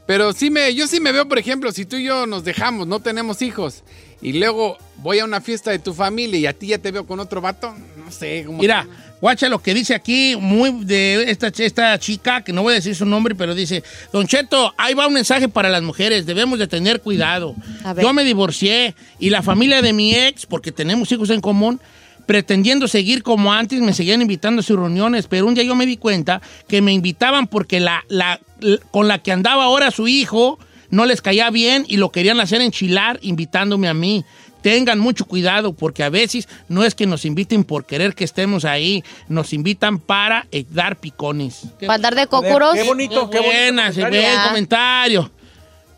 Speaker 3: Pero sí me, yo sí me veo, por ejemplo, si tú y yo nos dejamos, no tenemos hijos, y luego voy a una fiesta de tu familia y a ti ya te veo con otro vato, no sé. Como
Speaker 1: Mira, guacha lo que dice aquí, muy de esta, ch- esta chica, que no voy a decir su nombre, pero dice, Don Cheto, ahí va un mensaje para las mujeres, debemos de tener cuidado.
Speaker 5: A ver.
Speaker 1: Yo me divorcié y la familia de mi ex, porque tenemos hijos en común, pretendiendo seguir como antes, me seguían invitando a sus reuniones, pero un día yo me di cuenta que me invitaban porque la, la- l- con la que andaba ahora su hijo no les caía bien y lo querían hacer enchilar invitándome a mí. Tengan mucho cuidado porque a veces no es que nos inviten por querer que estemos ahí, nos invitan para eh, dar picones.
Speaker 2: ¿Para andar de cocuros?
Speaker 1: Qué bonito, qué buena, se ve el
Speaker 2: Ya.
Speaker 1: comentario.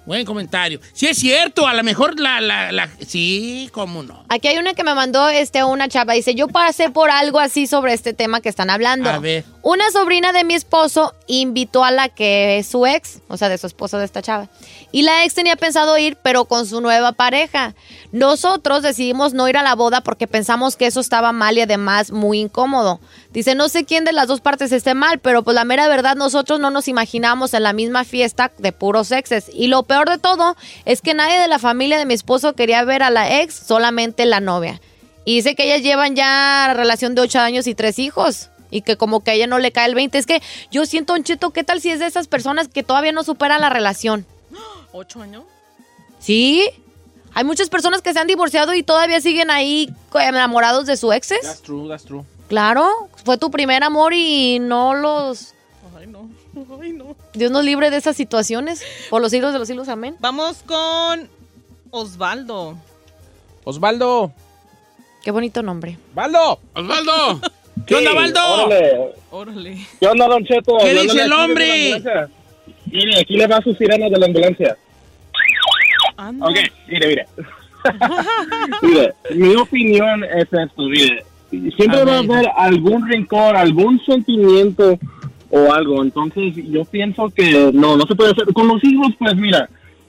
Speaker 1: Buen comentario. Sí es cierto, a lo mejor la, la, la- sí, cómo no.
Speaker 2: Aquí hay una que me mandó este, una chava. Dice, yo pasé por algo así sobre este tema que están hablando.
Speaker 1: A ver.
Speaker 2: Una sobrina de mi esposo invitó a la que es su ex, o sea, de su esposo de esta chava. Y la ex tenía pensado ir, pero con su nueva pareja. Nosotros decidimos no ir a la boda porque pensamos que eso estaba mal y además muy incómodo. Dice, no sé quién de las dos partes esté mal, pero pues la mera verdad nosotros no nos imaginamos en la misma fiesta de puros exes. Y lo peor de todo es que nadie de la familia de mi esposo quería ver a la ex, solamente la novia. Y dice que ellas llevan ya relación de ocho años y tres hijos. Y que como que a ella no le cae el 20. Es que yo siento, Don Cheto, ¿qué tal si es de esas personas que todavía no superan la relación?
Speaker 4: ¿Ocho años?
Speaker 2: ¿Sí? Hay muchas personas que se han divorciado y todavía siguen ahí co- enamorados de su exes.
Speaker 5: That's true, that's true.
Speaker 2: Claro, fue tu primer amor y no los...
Speaker 4: Ay, no. Ay, no.
Speaker 2: Dios nos libre de esas situaciones. Por los siglos de los siglos, amén.
Speaker 4: Vamos con Osvaldo.
Speaker 5: Osvaldo.
Speaker 2: Qué bonito nombre.
Speaker 5: ¡Valdo!
Speaker 1: ¡Osvaldo!
Speaker 4: ¿Qué onda, Valdo?
Speaker 6: Órale.
Speaker 4: Órale.
Speaker 6: ¿Qué onda, Don Cheto?
Speaker 4: ¿Qué
Speaker 6: Hablándole
Speaker 4: dice el
Speaker 6: aquí de la
Speaker 4: hombre?
Speaker 6: ambulancia. Mire, aquí le va su sirena de la ambulancia.
Speaker 4: Anda.
Speaker 6: Ok, mire, mire. mire, mi opinión es esto, mire. Siempre
Speaker 13: A
Speaker 6: va a
Speaker 13: ver.
Speaker 6: haber algún rincón, algún sentimiento o algo. Entonces, yo pienso que no, no se puede hacer. Con los hijos, pues mira,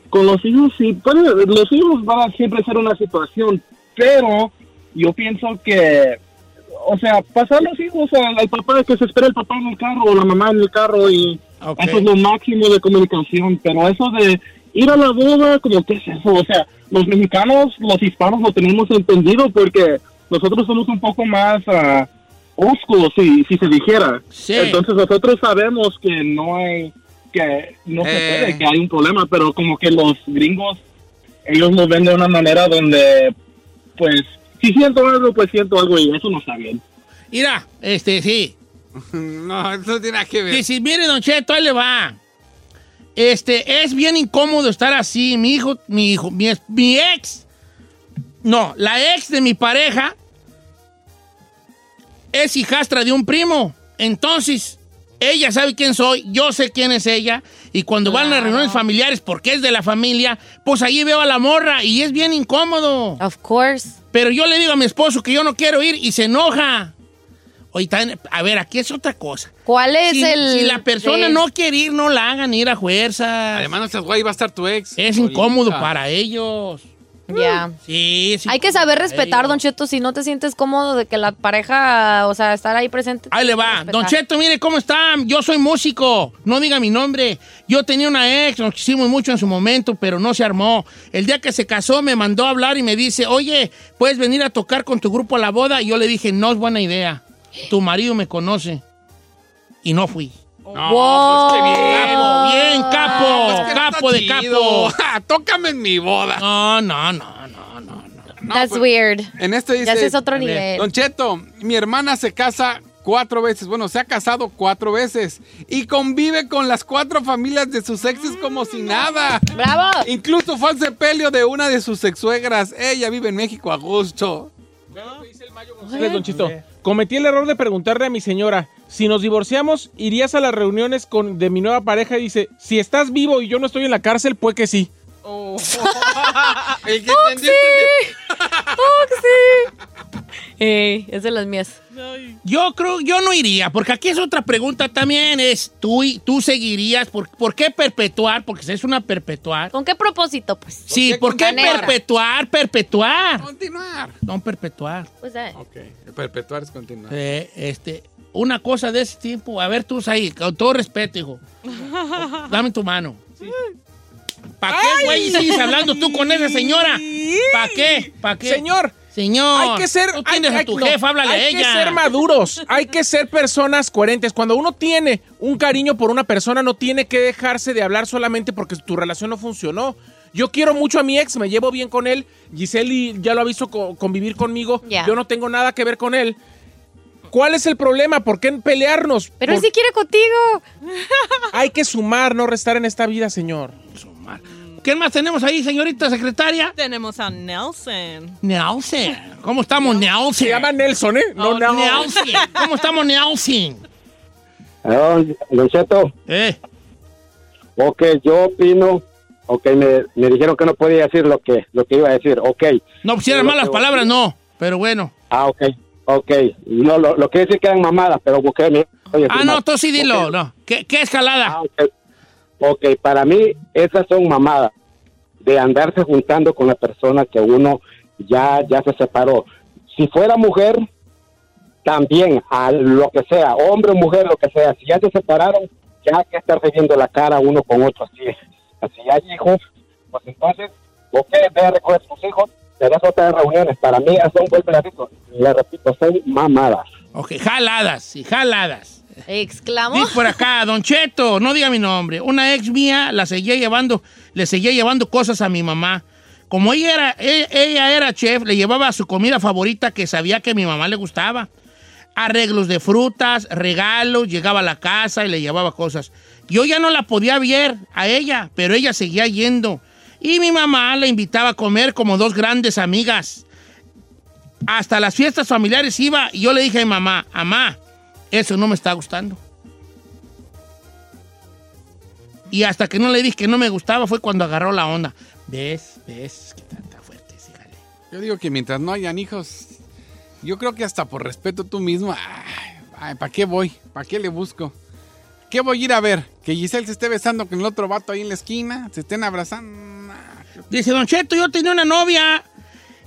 Speaker 6: con los hijos sí, puede- los hijos va a siempre ser una situación, pero yo pienso que o sea, pasar los hijos al, al papá, que se espera el papá en el carro o la mamá en el carro y eso es lo máximo de comunicación, pero eso de ir a la boda, como que es eso, o sea, los mexicanos, los hispanos lo tenemos entendido porque nosotros somos un poco más ah, oscuros, si, si se dijera. Entonces nosotros sabemos que no hay, que no se
Speaker 13: Eh.
Speaker 6: puede, que hay un problema, pero como que los gringos, ellos lo ven de una manera donde, pues, si siento algo, pues siento algo y eso no está bien.
Speaker 1: Mira, este, sí.
Speaker 3: no, eso no tiene nada que ver.
Speaker 1: Dice, mire, Don Cheto, ahí le va. Este, es bien incómodo estar así. Mi hijo, mi hijo, mi, es- mi ex. No, la ex de mi pareja es hijastra de un primo. Entonces, ella sabe quién soy, yo sé quién es ella. Y cuando van a reuniones familiares, porque es de la familia, pues ahí veo a la morra y es bien incómodo.
Speaker 2: Of course.
Speaker 1: Pero yo le digo a mi esposo que yo no quiero ir y se enoja. Oye, tan- a ver, aquí es otra cosa.
Speaker 2: ¿Cuál es
Speaker 1: Si-
Speaker 2: el...?
Speaker 1: Si la persona
Speaker 2: de-
Speaker 1: no quiere ir, no la hagan ir a fuerza. Además, no estás guay, va a estar tu ex. Es incómodo para ellos.
Speaker 2: Ya.
Speaker 1: Sí, sí.
Speaker 2: Hay que saber respetar, Don Cheto, si no te sientes cómodo de que la pareja, o sea, estar ahí presente.
Speaker 1: Ahí le va. Don Cheto, mire cómo está. Yo soy músico. No diga mi nombre. Yo tenía una ex, nos quisimos mucho en su momento, pero no se armó. El día que se casó me mandó a hablar y me dice, oye, ¿puedes venir a tocar con tu grupo a la boda? Y yo le dije, no es buena idea. Tu marido me conoce. Y no fui.
Speaker 3: No, pues qué bien.
Speaker 1: Capo, bien, capo.
Speaker 3: Pues que no está
Speaker 1: capo de
Speaker 3: chido. Ah,
Speaker 1: capo.
Speaker 3: Tócame en mi boda.
Speaker 1: No, no, no.
Speaker 2: That's weird.
Speaker 3: En este dice.
Speaker 2: Ya ese es otro
Speaker 3: a ver,
Speaker 2: nivel.
Speaker 3: Don Cheto, mi hermana se casa cuatro veces. Bueno, se ha casado cuatro veces. Y convive con las cuatro familias de sus exes como si nada.
Speaker 2: Mm. ¡Bravo!
Speaker 3: Incluso fue al sepelio de una de sus exsuegras. Ella vive en México a gusto.
Speaker 5: Ustedes, Don Chito, cometí el error de preguntarle a mi señora, si nos divorciamos, ¿irías a las reuniones con, de mi nueva pareja? Y dice, si estás vivo y yo no estoy en la cárcel, pues que sí.
Speaker 4: Oh.
Speaker 1: Ah.
Speaker 3: El que
Speaker 2: entendió, entendió. Ey, es de las mías.
Speaker 1: Yo creo, yo no iría, porque aquí es otra pregunta también, es tú, y- tú seguirías, por, ¿por qué perpetuar? Porque es una perpetuar.
Speaker 2: ¿Con qué propósito, pues?
Speaker 1: Sí, ¿por qué
Speaker 2: continuar?
Speaker 1: perpetuar, perpetuar?
Speaker 3: Continuar.
Speaker 1: No perpetuar.
Speaker 2: Pues, eh,
Speaker 3: Perpetuar es continuar.
Speaker 1: Eh, este, una cosa de ese tipo, a ver tú, ahí, con todo respeto, hijo, dame tu mano. ¿Para qué, güey, sigues hablando tú con esa señora? ¿Para qué? ¿Para qué?
Speaker 5: Señor.
Speaker 1: Señor.
Speaker 5: Hay que ser.
Speaker 1: Tú
Speaker 5: hay-
Speaker 1: tienes
Speaker 5: hay-
Speaker 1: a tu
Speaker 5: no,
Speaker 1: jefa, háblale
Speaker 5: hay que
Speaker 1: a ella.
Speaker 5: ser maduros. Hay que ser personas coherentes. Cuando uno tiene un cariño por una persona, no tiene que dejarse de hablar solamente porque tu relación no funcionó. Yo quiero mucho a mi ex, me llevo bien con él. Giseli ya lo ha visto co- convivir conmigo.
Speaker 2: Ya.
Speaker 5: Yo no tengo nada que ver con él. ¿Cuál es el problema? ¿Por qué pelearnos?
Speaker 2: Pero él
Speaker 5: Por-
Speaker 2: sí quiere contigo.
Speaker 5: Hay que sumar, no restar en esta vida, señor.
Speaker 1: ¿Qué más tenemos ahí, señorita secretaria?
Speaker 4: Tenemos a Nelson.
Speaker 1: Nelson. ¿Cómo estamos, Nelson? Se
Speaker 5: llama Nelson, ¿eh?
Speaker 4: No, no.
Speaker 1: Nelson. ¿Cómo estamos, Nelson?
Speaker 13: Ah, Don Cheto.
Speaker 1: Eh.
Speaker 13: Ok, yo opino. Ok, me, me dijeron que no podía decir lo que, lo que iba a decir. Ok.
Speaker 1: No pusieran
Speaker 13: Lo
Speaker 1: malas
Speaker 13: que-
Speaker 1: palabras, no. Pero bueno.
Speaker 13: Ah, ok. Ok. No, lo, lo que decir que eran mamadas, pero busqué mi. oye,
Speaker 1: Ah,
Speaker 13: firmar.
Speaker 1: no, tú sí
Speaker 13: Ok.
Speaker 1: dilo.
Speaker 13: Ah.
Speaker 1: No. ¿Qué, qué es jalada?
Speaker 13: Ok. Ok, para mí esas son mamadas de andarse juntando con la persona que uno ya, ya se separó. Si fuera mujer, también, a lo que sea, hombre o mujer, lo que sea, si ya se separaron, ya hay que estar viendo la cara uno con otro así. Así hay hijos, pues entonces, ok, ve a recoger tus hijos, pero es otra de reuniones. Para mí son, vuelvo y le repito, le repito, son mamadas.
Speaker 1: Ok, jaladas, sí, jaladas.
Speaker 2: Exclamó.
Speaker 1: Dice por acá, Don Cheto, no diga mi nombre. Una ex mía la seguía llevando, le seguía llevando cosas a mi mamá. Como ella era, e- ella era chef, le llevaba su comida favorita que sabía que mi mamá le gustaba. Arreglos de frutas, regalos, llegaba a la casa y le llevaba cosas. Yo ya no la podía ver a ella, pero ella seguía yendo. Y mi mamá la invitaba a comer como dos grandes amigas. Hasta las fiestas familiares iba y yo le dije a mi mamá, mamá, eso no me está gustando. Y hasta que no le dije que no me gustaba fue cuando agarró la onda. ¿Ves? ¿Ves? ¿Qué tanta fuerte? sí, jale.
Speaker 3: Yo digo que mientras no hayan hijos, yo creo que hasta por respeto tú mismo, ay, ¿para qué voy? ¿Para qué le busco? ¿Qué voy a ir a ver? Que Giselle se esté besando con el otro vato ahí en la esquina, se estén abrazando.
Speaker 1: Dice Don Cheto, yo tenía una novia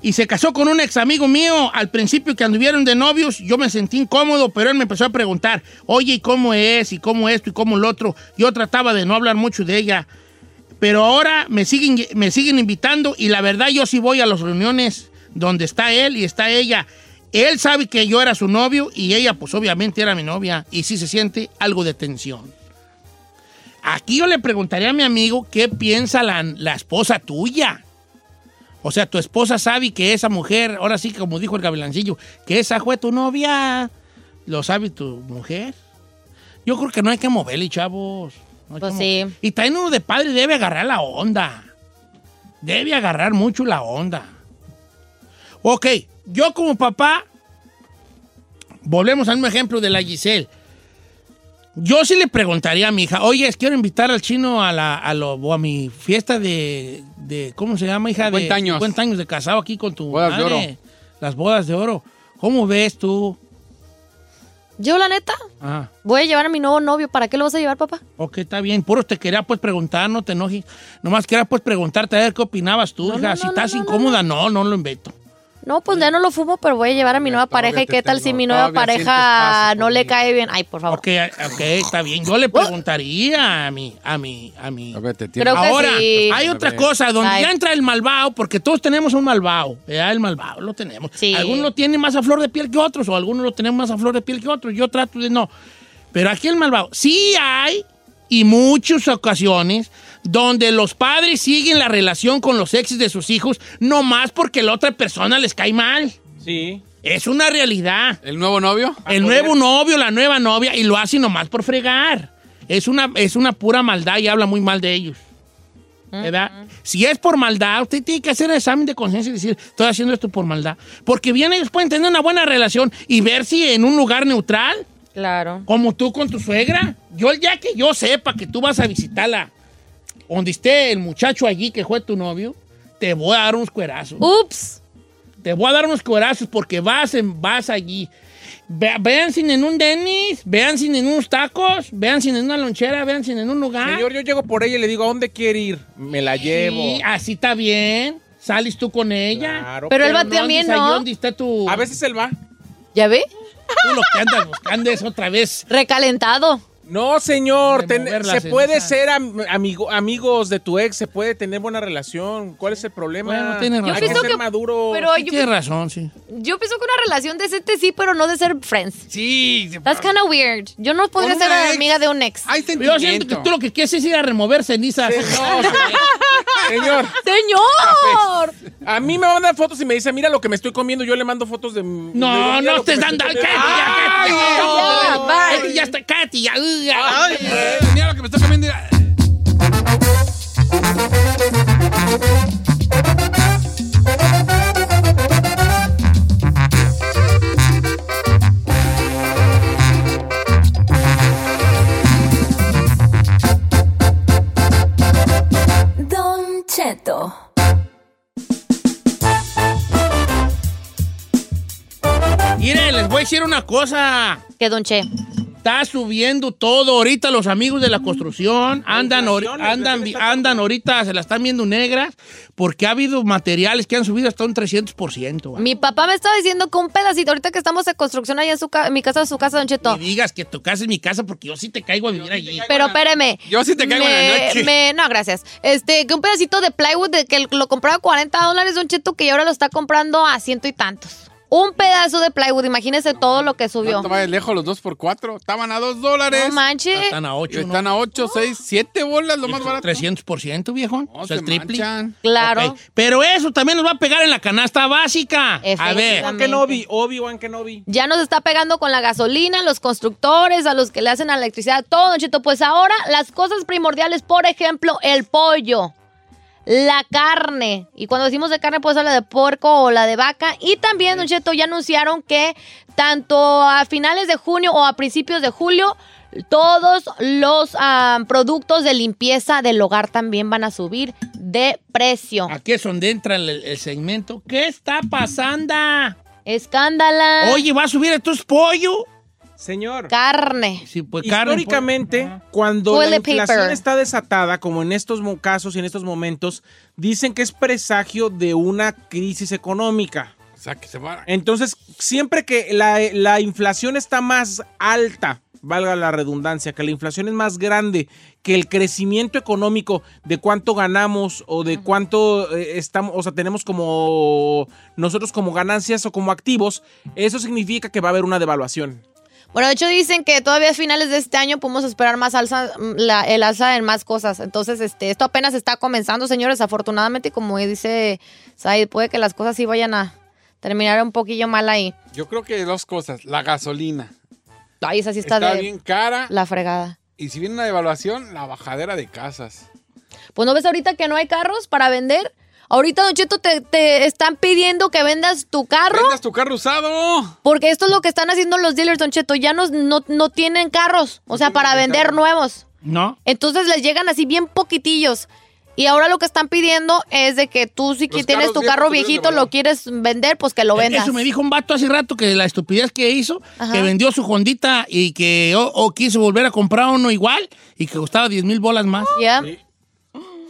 Speaker 1: y se casó con un ex amigo mío. Al principio que anduvieron de novios, yo me sentí incómodo, pero él me empezó a preguntar, oye, ¿y cómo es? ¿Y cómo esto? ¿Y cómo lo otro? Yo trataba de no hablar mucho de ella, pero ahora me siguen, me siguen invitando y la verdad yo sí voy a las reuniones donde está él y está ella. Él sabe que yo era su novio y ella pues obviamente era mi novia y sí se siente algo de tensión. Aquí yo le preguntaría a mi amigo qué piensa la, la esposa tuya. O sea, tu esposa sabe que esa mujer, ahora sí, como dijo el gavilancillo, que esa fue tu novia. ¿Lo sabe tu mujer? Yo creo que no hay que moverle, chavos. No hay
Speaker 2: Pues
Speaker 1: que mover- Y también uno de padre debe agarrar la onda. Debe agarrar mucho la onda. Ok, yo como papá, volvemos al mismo ejemplo de la Giselle. Yo sí le preguntaría a mi hija, oye, quiero invitar al chino a, la, a, lo- o a mi fiesta de, de- ¿cómo se llama, hija?
Speaker 3: 50
Speaker 1: de
Speaker 3: años.
Speaker 1: 50 años de casado aquí con tu
Speaker 3: Bodas de
Speaker 1: madre.
Speaker 3: oro.
Speaker 1: Las bodas de oro. ¿Cómo ves tú?
Speaker 2: Yo, la neta,
Speaker 1: Ah,
Speaker 2: voy a llevar a mi nuevo novio. ¿Para qué lo vas a llevar, papá?
Speaker 1: ok, está bien. Puro te quería pues preguntar, no te enojes. Nomás quería pues preguntarte a ver qué opinabas tú, hija. si estás incómoda, no, no lo invento.
Speaker 2: No, pues ya no lo fumo, pero voy a llevar a mi nueva pareja. ¿Y
Speaker 1: te
Speaker 2: qué tal si
Speaker 1: tengo-
Speaker 2: mi nueva
Speaker 1: todavía
Speaker 2: pareja no le cae bien? Ay, por favor.
Speaker 1: Ok, ok, está bien. Yo le preguntaría a mi, a mi, a mi.
Speaker 2: tienes- Creo que
Speaker 1: Ahora,
Speaker 2: sí.
Speaker 1: hay otra cosa, donde
Speaker 2: Ay.
Speaker 1: ya entra el malvado, porque todos tenemos un malvado. ¿verdad? El malvado lo tenemos. Algunos lo tienen más a flor de piel que otros, o algunos lo tenemos más a flor de piel que otros. Yo trato de no. Pero aquí el malvado, sí hay, y muchas ocasiones, donde los padres siguen la relación con los exes de sus hijos, no más porque la otra persona les cae mal.
Speaker 5: Sí.
Speaker 1: Es una realidad.
Speaker 3: ¿El nuevo novio?
Speaker 1: El nuevo novio, la nueva novia, y lo hacen nomás por fregar. Es una, es una pura maldad y habla muy mal de ellos.
Speaker 2: ¿Mm?
Speaker 1: ¿Verdad? Si es por maldad, usted tiene que hacer el examen de conciencia y decir, estoy haciendo esto por maldad. Porque bien ellos pueden tener una buena relación y ver si en un lugar neutral,
Speaker 2: Claro.
Speaker 1: como tú con tu suegra, yo el día que yo sepa que tú vas a visitarla, donde esté el muchacho allí que fue tu novio, te voy a dar unos cuerazos.
Speaker 2: Ups.
Speaker 1: Te voy a dar unos cuerazos porque vas, en, vas allí. Ve- vean sin en un denis, vean sin en unos tacos, vean sin en una lonchera, vean sin en un lugar.
Speaker 5: Señor, yo llego por ella y le digo, ¿a dónde quiere ir? Me la llevo.
Speaker 1: Sí, así está bien. Sales tú con ella.
Speaker 5: Claro, Pero él va también,
Speaker 1: andes ahí
Speaker 5: ¿no?
Speaker 1: donde está tu... A
Speaker 5: veces él va.
Speaker 2: ¿Ya ve?
Speaker 1: Tú lo que andas buscando es otra vez.
Speaker 2: Recalentado.
Speaker 5: No, señor, ten-
Speaker 1: mover la
Speaker 5: se puede
Speaker 1: ceniza.
Speaker 5: ser am- amigo, amigos de tu ex, se puede tener buena relación. ¿Cuál es el problema?
Speaker 1: Bueno, tienes Yo razón.
Speaker 5: Hay que
Speaker 1: pienso
Speaker 5: ser
Speaker 1: que-
Speaker 5: maduro.
Speaker 2: pero yo- Tienes
Speaker 1: razón, sí.
Speaker 2: Yo pienso que una relación decente sí, pero no de ser friends.
Speaker 1: Sí.
Speaker 2: That's kind of weird. Yo no podría
Speaker 1: Con
Speaker 2: ser
Speaker 1: una ex-
Speaker 2: amiga de un ex.
Speaker 1: Yo siento que tú lo que quieres es ir a remover cenizas.
Speaker 5: Señor.
Speaker 2: Señor.
Speaker 5: A mí me mandan fotos y me dicen, mira lo que me estoy comiendo. Yo le mando fotos de.
Speaker 1: No, no estés dando. Cállate ya, cállate ya. Cállate ya, está- cállate ya. uy, ya.
Speaker 3: Mira lo que me está comiendo. mira.
Speaker 10: Don Cheto.
Speaker 1: Mire, les voy a decir una cosa.
Speaker 2: ¿Qué, don Che?
Speaker 1: está subiendo todo. Ahorita los amigos de la construcción andan, ori- andan, vi- andan ahorita, se la están viendo negras, porque ha habido materiales que han subido hasta un 300%. va.
Speaker 2: Mi papá me estaba diciendo que un pedacito, ahorita que estamos en construcción allá en, su ca- en mi casa, su casa, Don Cheto.
Speaker 1: Ni digas que tu casa es mi casa, porque yo sí te caigo a vivir allí.
Speaker 2: Pero espéreme.
Speaker 1: Yo sí te caigo en la
Speaker 2: Me-
Speaker 1: noche.
Speaker 2: me- no, gracias. Este, que un pedacito de plywood de que lo compraba a 40 dólares, Don Cheto, que ahora lo está comprando a ciento y tantos. Un pedazo de plywood, imagínese todo lo que subió.
Speaker 3: No te vayas lejos los 2 por 4 Estaban a 2 dólares.
Speaker 2: No manches.
Speaker 3: Están a 8. Están a 8, 6, 7 bolas, lo
Speaker 1: pues
Speaker 3: más barato.
Speaker 1: 300%, viejo. o sea, el triple.
Speaker 2: Claro.
Speaker 1: Ok, Pero eso también nos va a pegar en la canasta básica. A ver.
Speaker 2: Efectivamente. Kenobi, Ya nos está pegando con la gasolina, los constructores, a los que le hacen la electricidad, todo, Don Cheto. Pues ahora las cosas primordiales, por ejemplo, el pollo, la carne. Y cuando decimos de carne, pues la de porco o la de vaca. Y también, Don Cheto, ya anunciaron que tanto a finales de junio o a principios de julio, todos los ah, productos de limpieza del hogar también van a subir de precio.
Speaker 1: Aquí es donde entra el, el segmento. ¿Qué está pasando?
Speaker 2: Escándala.
Speaker 1: Oye, ¿va a subir estos pollo?
Speaker 5: Señor.
Speaker 2: Carne.
Speaker 1: Sí, pues carne,
Speaker 5: Históricamente, cuando
Speaker 2: Toilet
Speaker 5: la inflación
Speaker 2: paper.
Speaker 5: está desatada, como en estos mo- casos y en estos momentos, dicen que es presagio de una crisis económica.
Speaker 3: O sea, que se va.
Speaker 5: Entonces, siempre que la, la inflación está más alta, valga la redundancia, que la inflación es más grande que el crecimiento económico de cuánto ganamos o de cuánto eh, estamos, o sea, tenemos como nosotros como ganancias o como activos, eso significa que va a haber una devaluación.
Speaker 2: Bueno, de hecho dicen que todavía a finales de este año podemos esperar más alza, mm, la- el alza en más cosas. Entonces, este, esto apenas está comenzando, señores. Afortunadamente, como dice Said, puede que las cosas sí vayan a terminar un poquillo mal ahí.
Speaker 3: Yo creo que dos cosas. La gasolina.
Speaker 2: Ay, esa sí está, de
Speaker 3: bien cara.
Speaker 2: la fregada.
Speaker 3: Y si viene una devaluación, la bajadera de casas.
Speaker 2: Pues no ves ahorita que no hay carros para vender. Ahorita, Don Cheto, te, te están pidiendo que vendas tu carro.
Speaker 3: ¡Vendas tu carro usado!
Speaker 2: Porque esto es lo que están haciendo los dealers, Don Cheto. Ya no, no, no tienen carros. O sea, para vender nuevos.
Speaker 1: ¿No?
Speaker 2: Entonces les llegan así bien poquitillos. Y ahora lo que están pidiendo es de que tú si que tienes
Speaker 1: carros
Speaker 2: tu
Speaker 1: viejos
Speaker 2: carro
Speaker 1: tuvieron
Speaker 2: viejito, lo quieres vender, pues que lo vendas.
Speaker 1: Eso me dijo un vato hace rato que la estupidez que hizo,
Speaker 2: Ajá.
Speaker 1: que vendió su Hondita y que o, o quiso volver a comprar uno igual y que costaba 10 mil bolas más.
Speaker 2: Ya.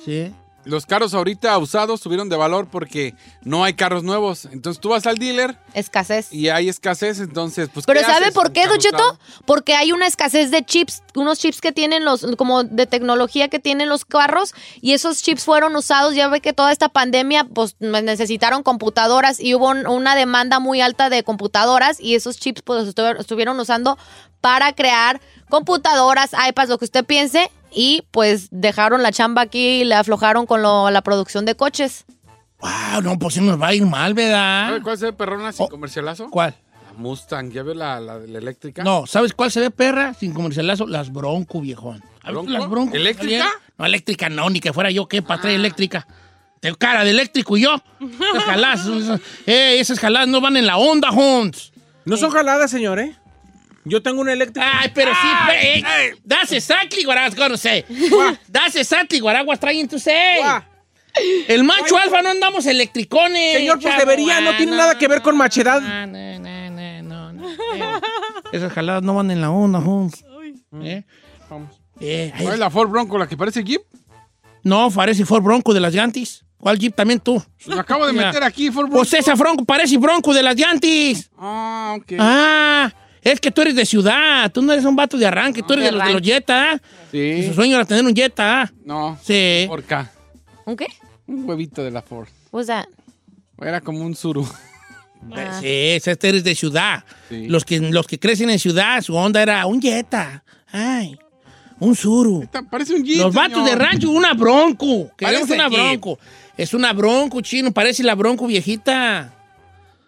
Speaker 1: Sí.
Speaker 3: Los carros ahorita usados subieron de valor porque no hay carros nuevos. Entonces tú vas al dealer.
Speaker 2: Escasez.
Speaker 3: Y hay escasez, entonces, pues.
Speaker 2: Pero
Speaker 3: ¿qué
Speaker 2: ¿sabe
Speaker 3: haces?
Speaker 2: por
Speaker 3: Un
Speaker 2: qué,
Speaker 3: carro
Speaker 2: Don Cheto?
Speaker 3: usado.
Speaker 2: Porque hay una escasez de chips, unos chips que tienen los, como de tecnología que tienen los carros, y esos chips fueron usados, ya ve que toda esta pandemia, pues necesitaron computadoras y hubo un- una demanda muy alta de computadoras, y esos chips pues los estu- estuvieron usando para crear computadoras, iPads, lo que usted piense, y pues dejaron la chamba aquí y le aflojaron con lo- la producción de coches.
Speaker 1: Ah, no, pues sí nos va a ir mal, ¿verdad?
Speaker 3: ¿Sabe cuál se ve perrona sin comercialazo?
Speaker 1: Oh. ¿Cuál?
Speaker 3: La Mustang, ¿ya ve la, la, la eléctrica?
Speaker 1: No, ¿sabes cuál se ve perra sin comercialazo? Las Bronco, viejón. ¿Has visto
Speaker 3: ¿Bronco?
Speaker 1: Las Bronco.
Speaker 3: ¿Eléctrica?
Speaker 1: No, eléctrica no, ni que fuera yo, ¿qué? Para traer eléctrica. Tengo cara de eléctrico y yo. Esas jaladas, esas- eh, esas jaladas no van en la onda, Jones.
Speaker 5: No son jaladas, señor, ¿eh? Yo tengo una eléctrica.
Speaker 1: Ay, pero sí, pe- eh, that's exactly what I was gonna say. That's exactly what I was trying to say. El macho
Speaker 5: Ay.
Speaker 1: alfa no andamos electricones.
Speaker 5: Señor, pues
Speaker 1: chavo.
Speaker 5: debería, no
Speaker 1: Ah,
Speaker 5: tiene nada que ver con machedad.
Speaker 1: Esas jaladas no van en la onda, Jones. ¿Eh? Eh,
Speaker 3: ¿Cuál es la Ford Bronco, la que parece Jeep?
Speaker 1: No, parece Ford Bronco de las Yantis. ¿Cuál Jeep también tú?
Speaker 3: Lo acabo de
Speaker 1: Mira.
Speaker 3: meter aquí, Ford Bronco.
Speaker 1: Pues esa Bronco parece Bronco de las Yantis.
Speaker 3: Ah, ok.
Speaker 1: Ah, es que tú eres de ciudad. Tú no eres un vato de arranque. Tú eres de los, de los Jetta. Y su
Speaker 3: Sí.
Speaker 1: sueño era tener un Jetta. ah.
Speaker 3: No.
Speaker 1: Sí.
Speaker 3: Orca.
Speaker 2: ¿Un qué?
Speaker 3: Un huevito de la Ford.
Speaker 2: What's that?
Speaker 3: Era como un suru.
Speaker 2: Ah.
Speaker 1: Sí, esa este eres de ciudad. Los, que, los que crecen en ciudad, su onda era un Jetta. Ay, un Suru.
Speaker 3: Parece un Jeep.
Speaker 1: Los vatos
Speaker 3: señor.
Speaker 1: de rancho, una bronco. Queremos
Speaker 3: Parece
Speaker 1: una
Speaker 3: Jeep.
Speaker 1: bronco. Es una bronco, chino. Parece la bronco viejita.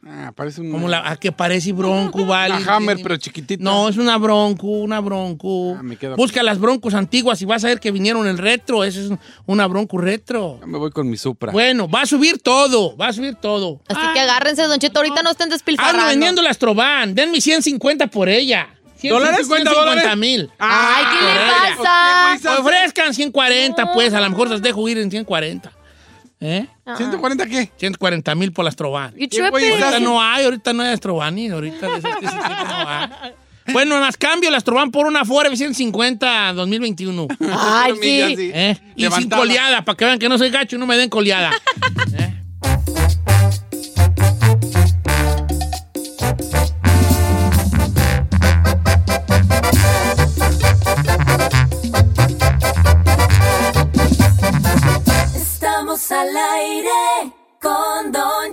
Speaker 3: Ah, parece un.
Speaker 1: Como la, ¿A que parece bronco, vale?
Speaker 3: La Hammer, pero chiquitita.
Speaker 1: No, es una bronco, una bronco.
Speaker 3: me quedo-
Speaker 1: Busca las broncos antiguas y vas a ver que vinieron en retro. Esa es una bronco retro.
Speaker 3: Me voy con mi Supra.
Speaker 1: Bueno, va a subir todo, va a subir todo.
Speaker 2: Así que agárrense, Don Cheto, ahorita no estén despilfarrando.
Speaker 1: Ando vendiendo las Trovan. Denme 150 por ella.
Speaker 5: ¿Dólares?
Speaker 1: 150 mil.
Speaker 2: Ay, ¿qué le pasa?
Speaker 1: Ofrezcan 140, pues. A lo mejor las dejo ir en 140. ¿Eh?
Speaker 2: Ah.
Speaker 3: ¿140 qué?
Speaker 1: 140 mil por las Trovan.
Speaker 2: You tripping.
Speaker 1: Ahorita no hay, ahorita no hay las Trovan. Ahorita de esas que se sienten no hay. Bueno, más cambio, las troban por una Ford F-150 2021.
Speaker 2: Ay, sí.
Speaker 1: ¿Eh? Y sin
Speaker 2: Levantada.
Speaker 1: coleada, para que vean que no soy gacho y no me den coleada.
Speaker 10: Estamos al aire con Don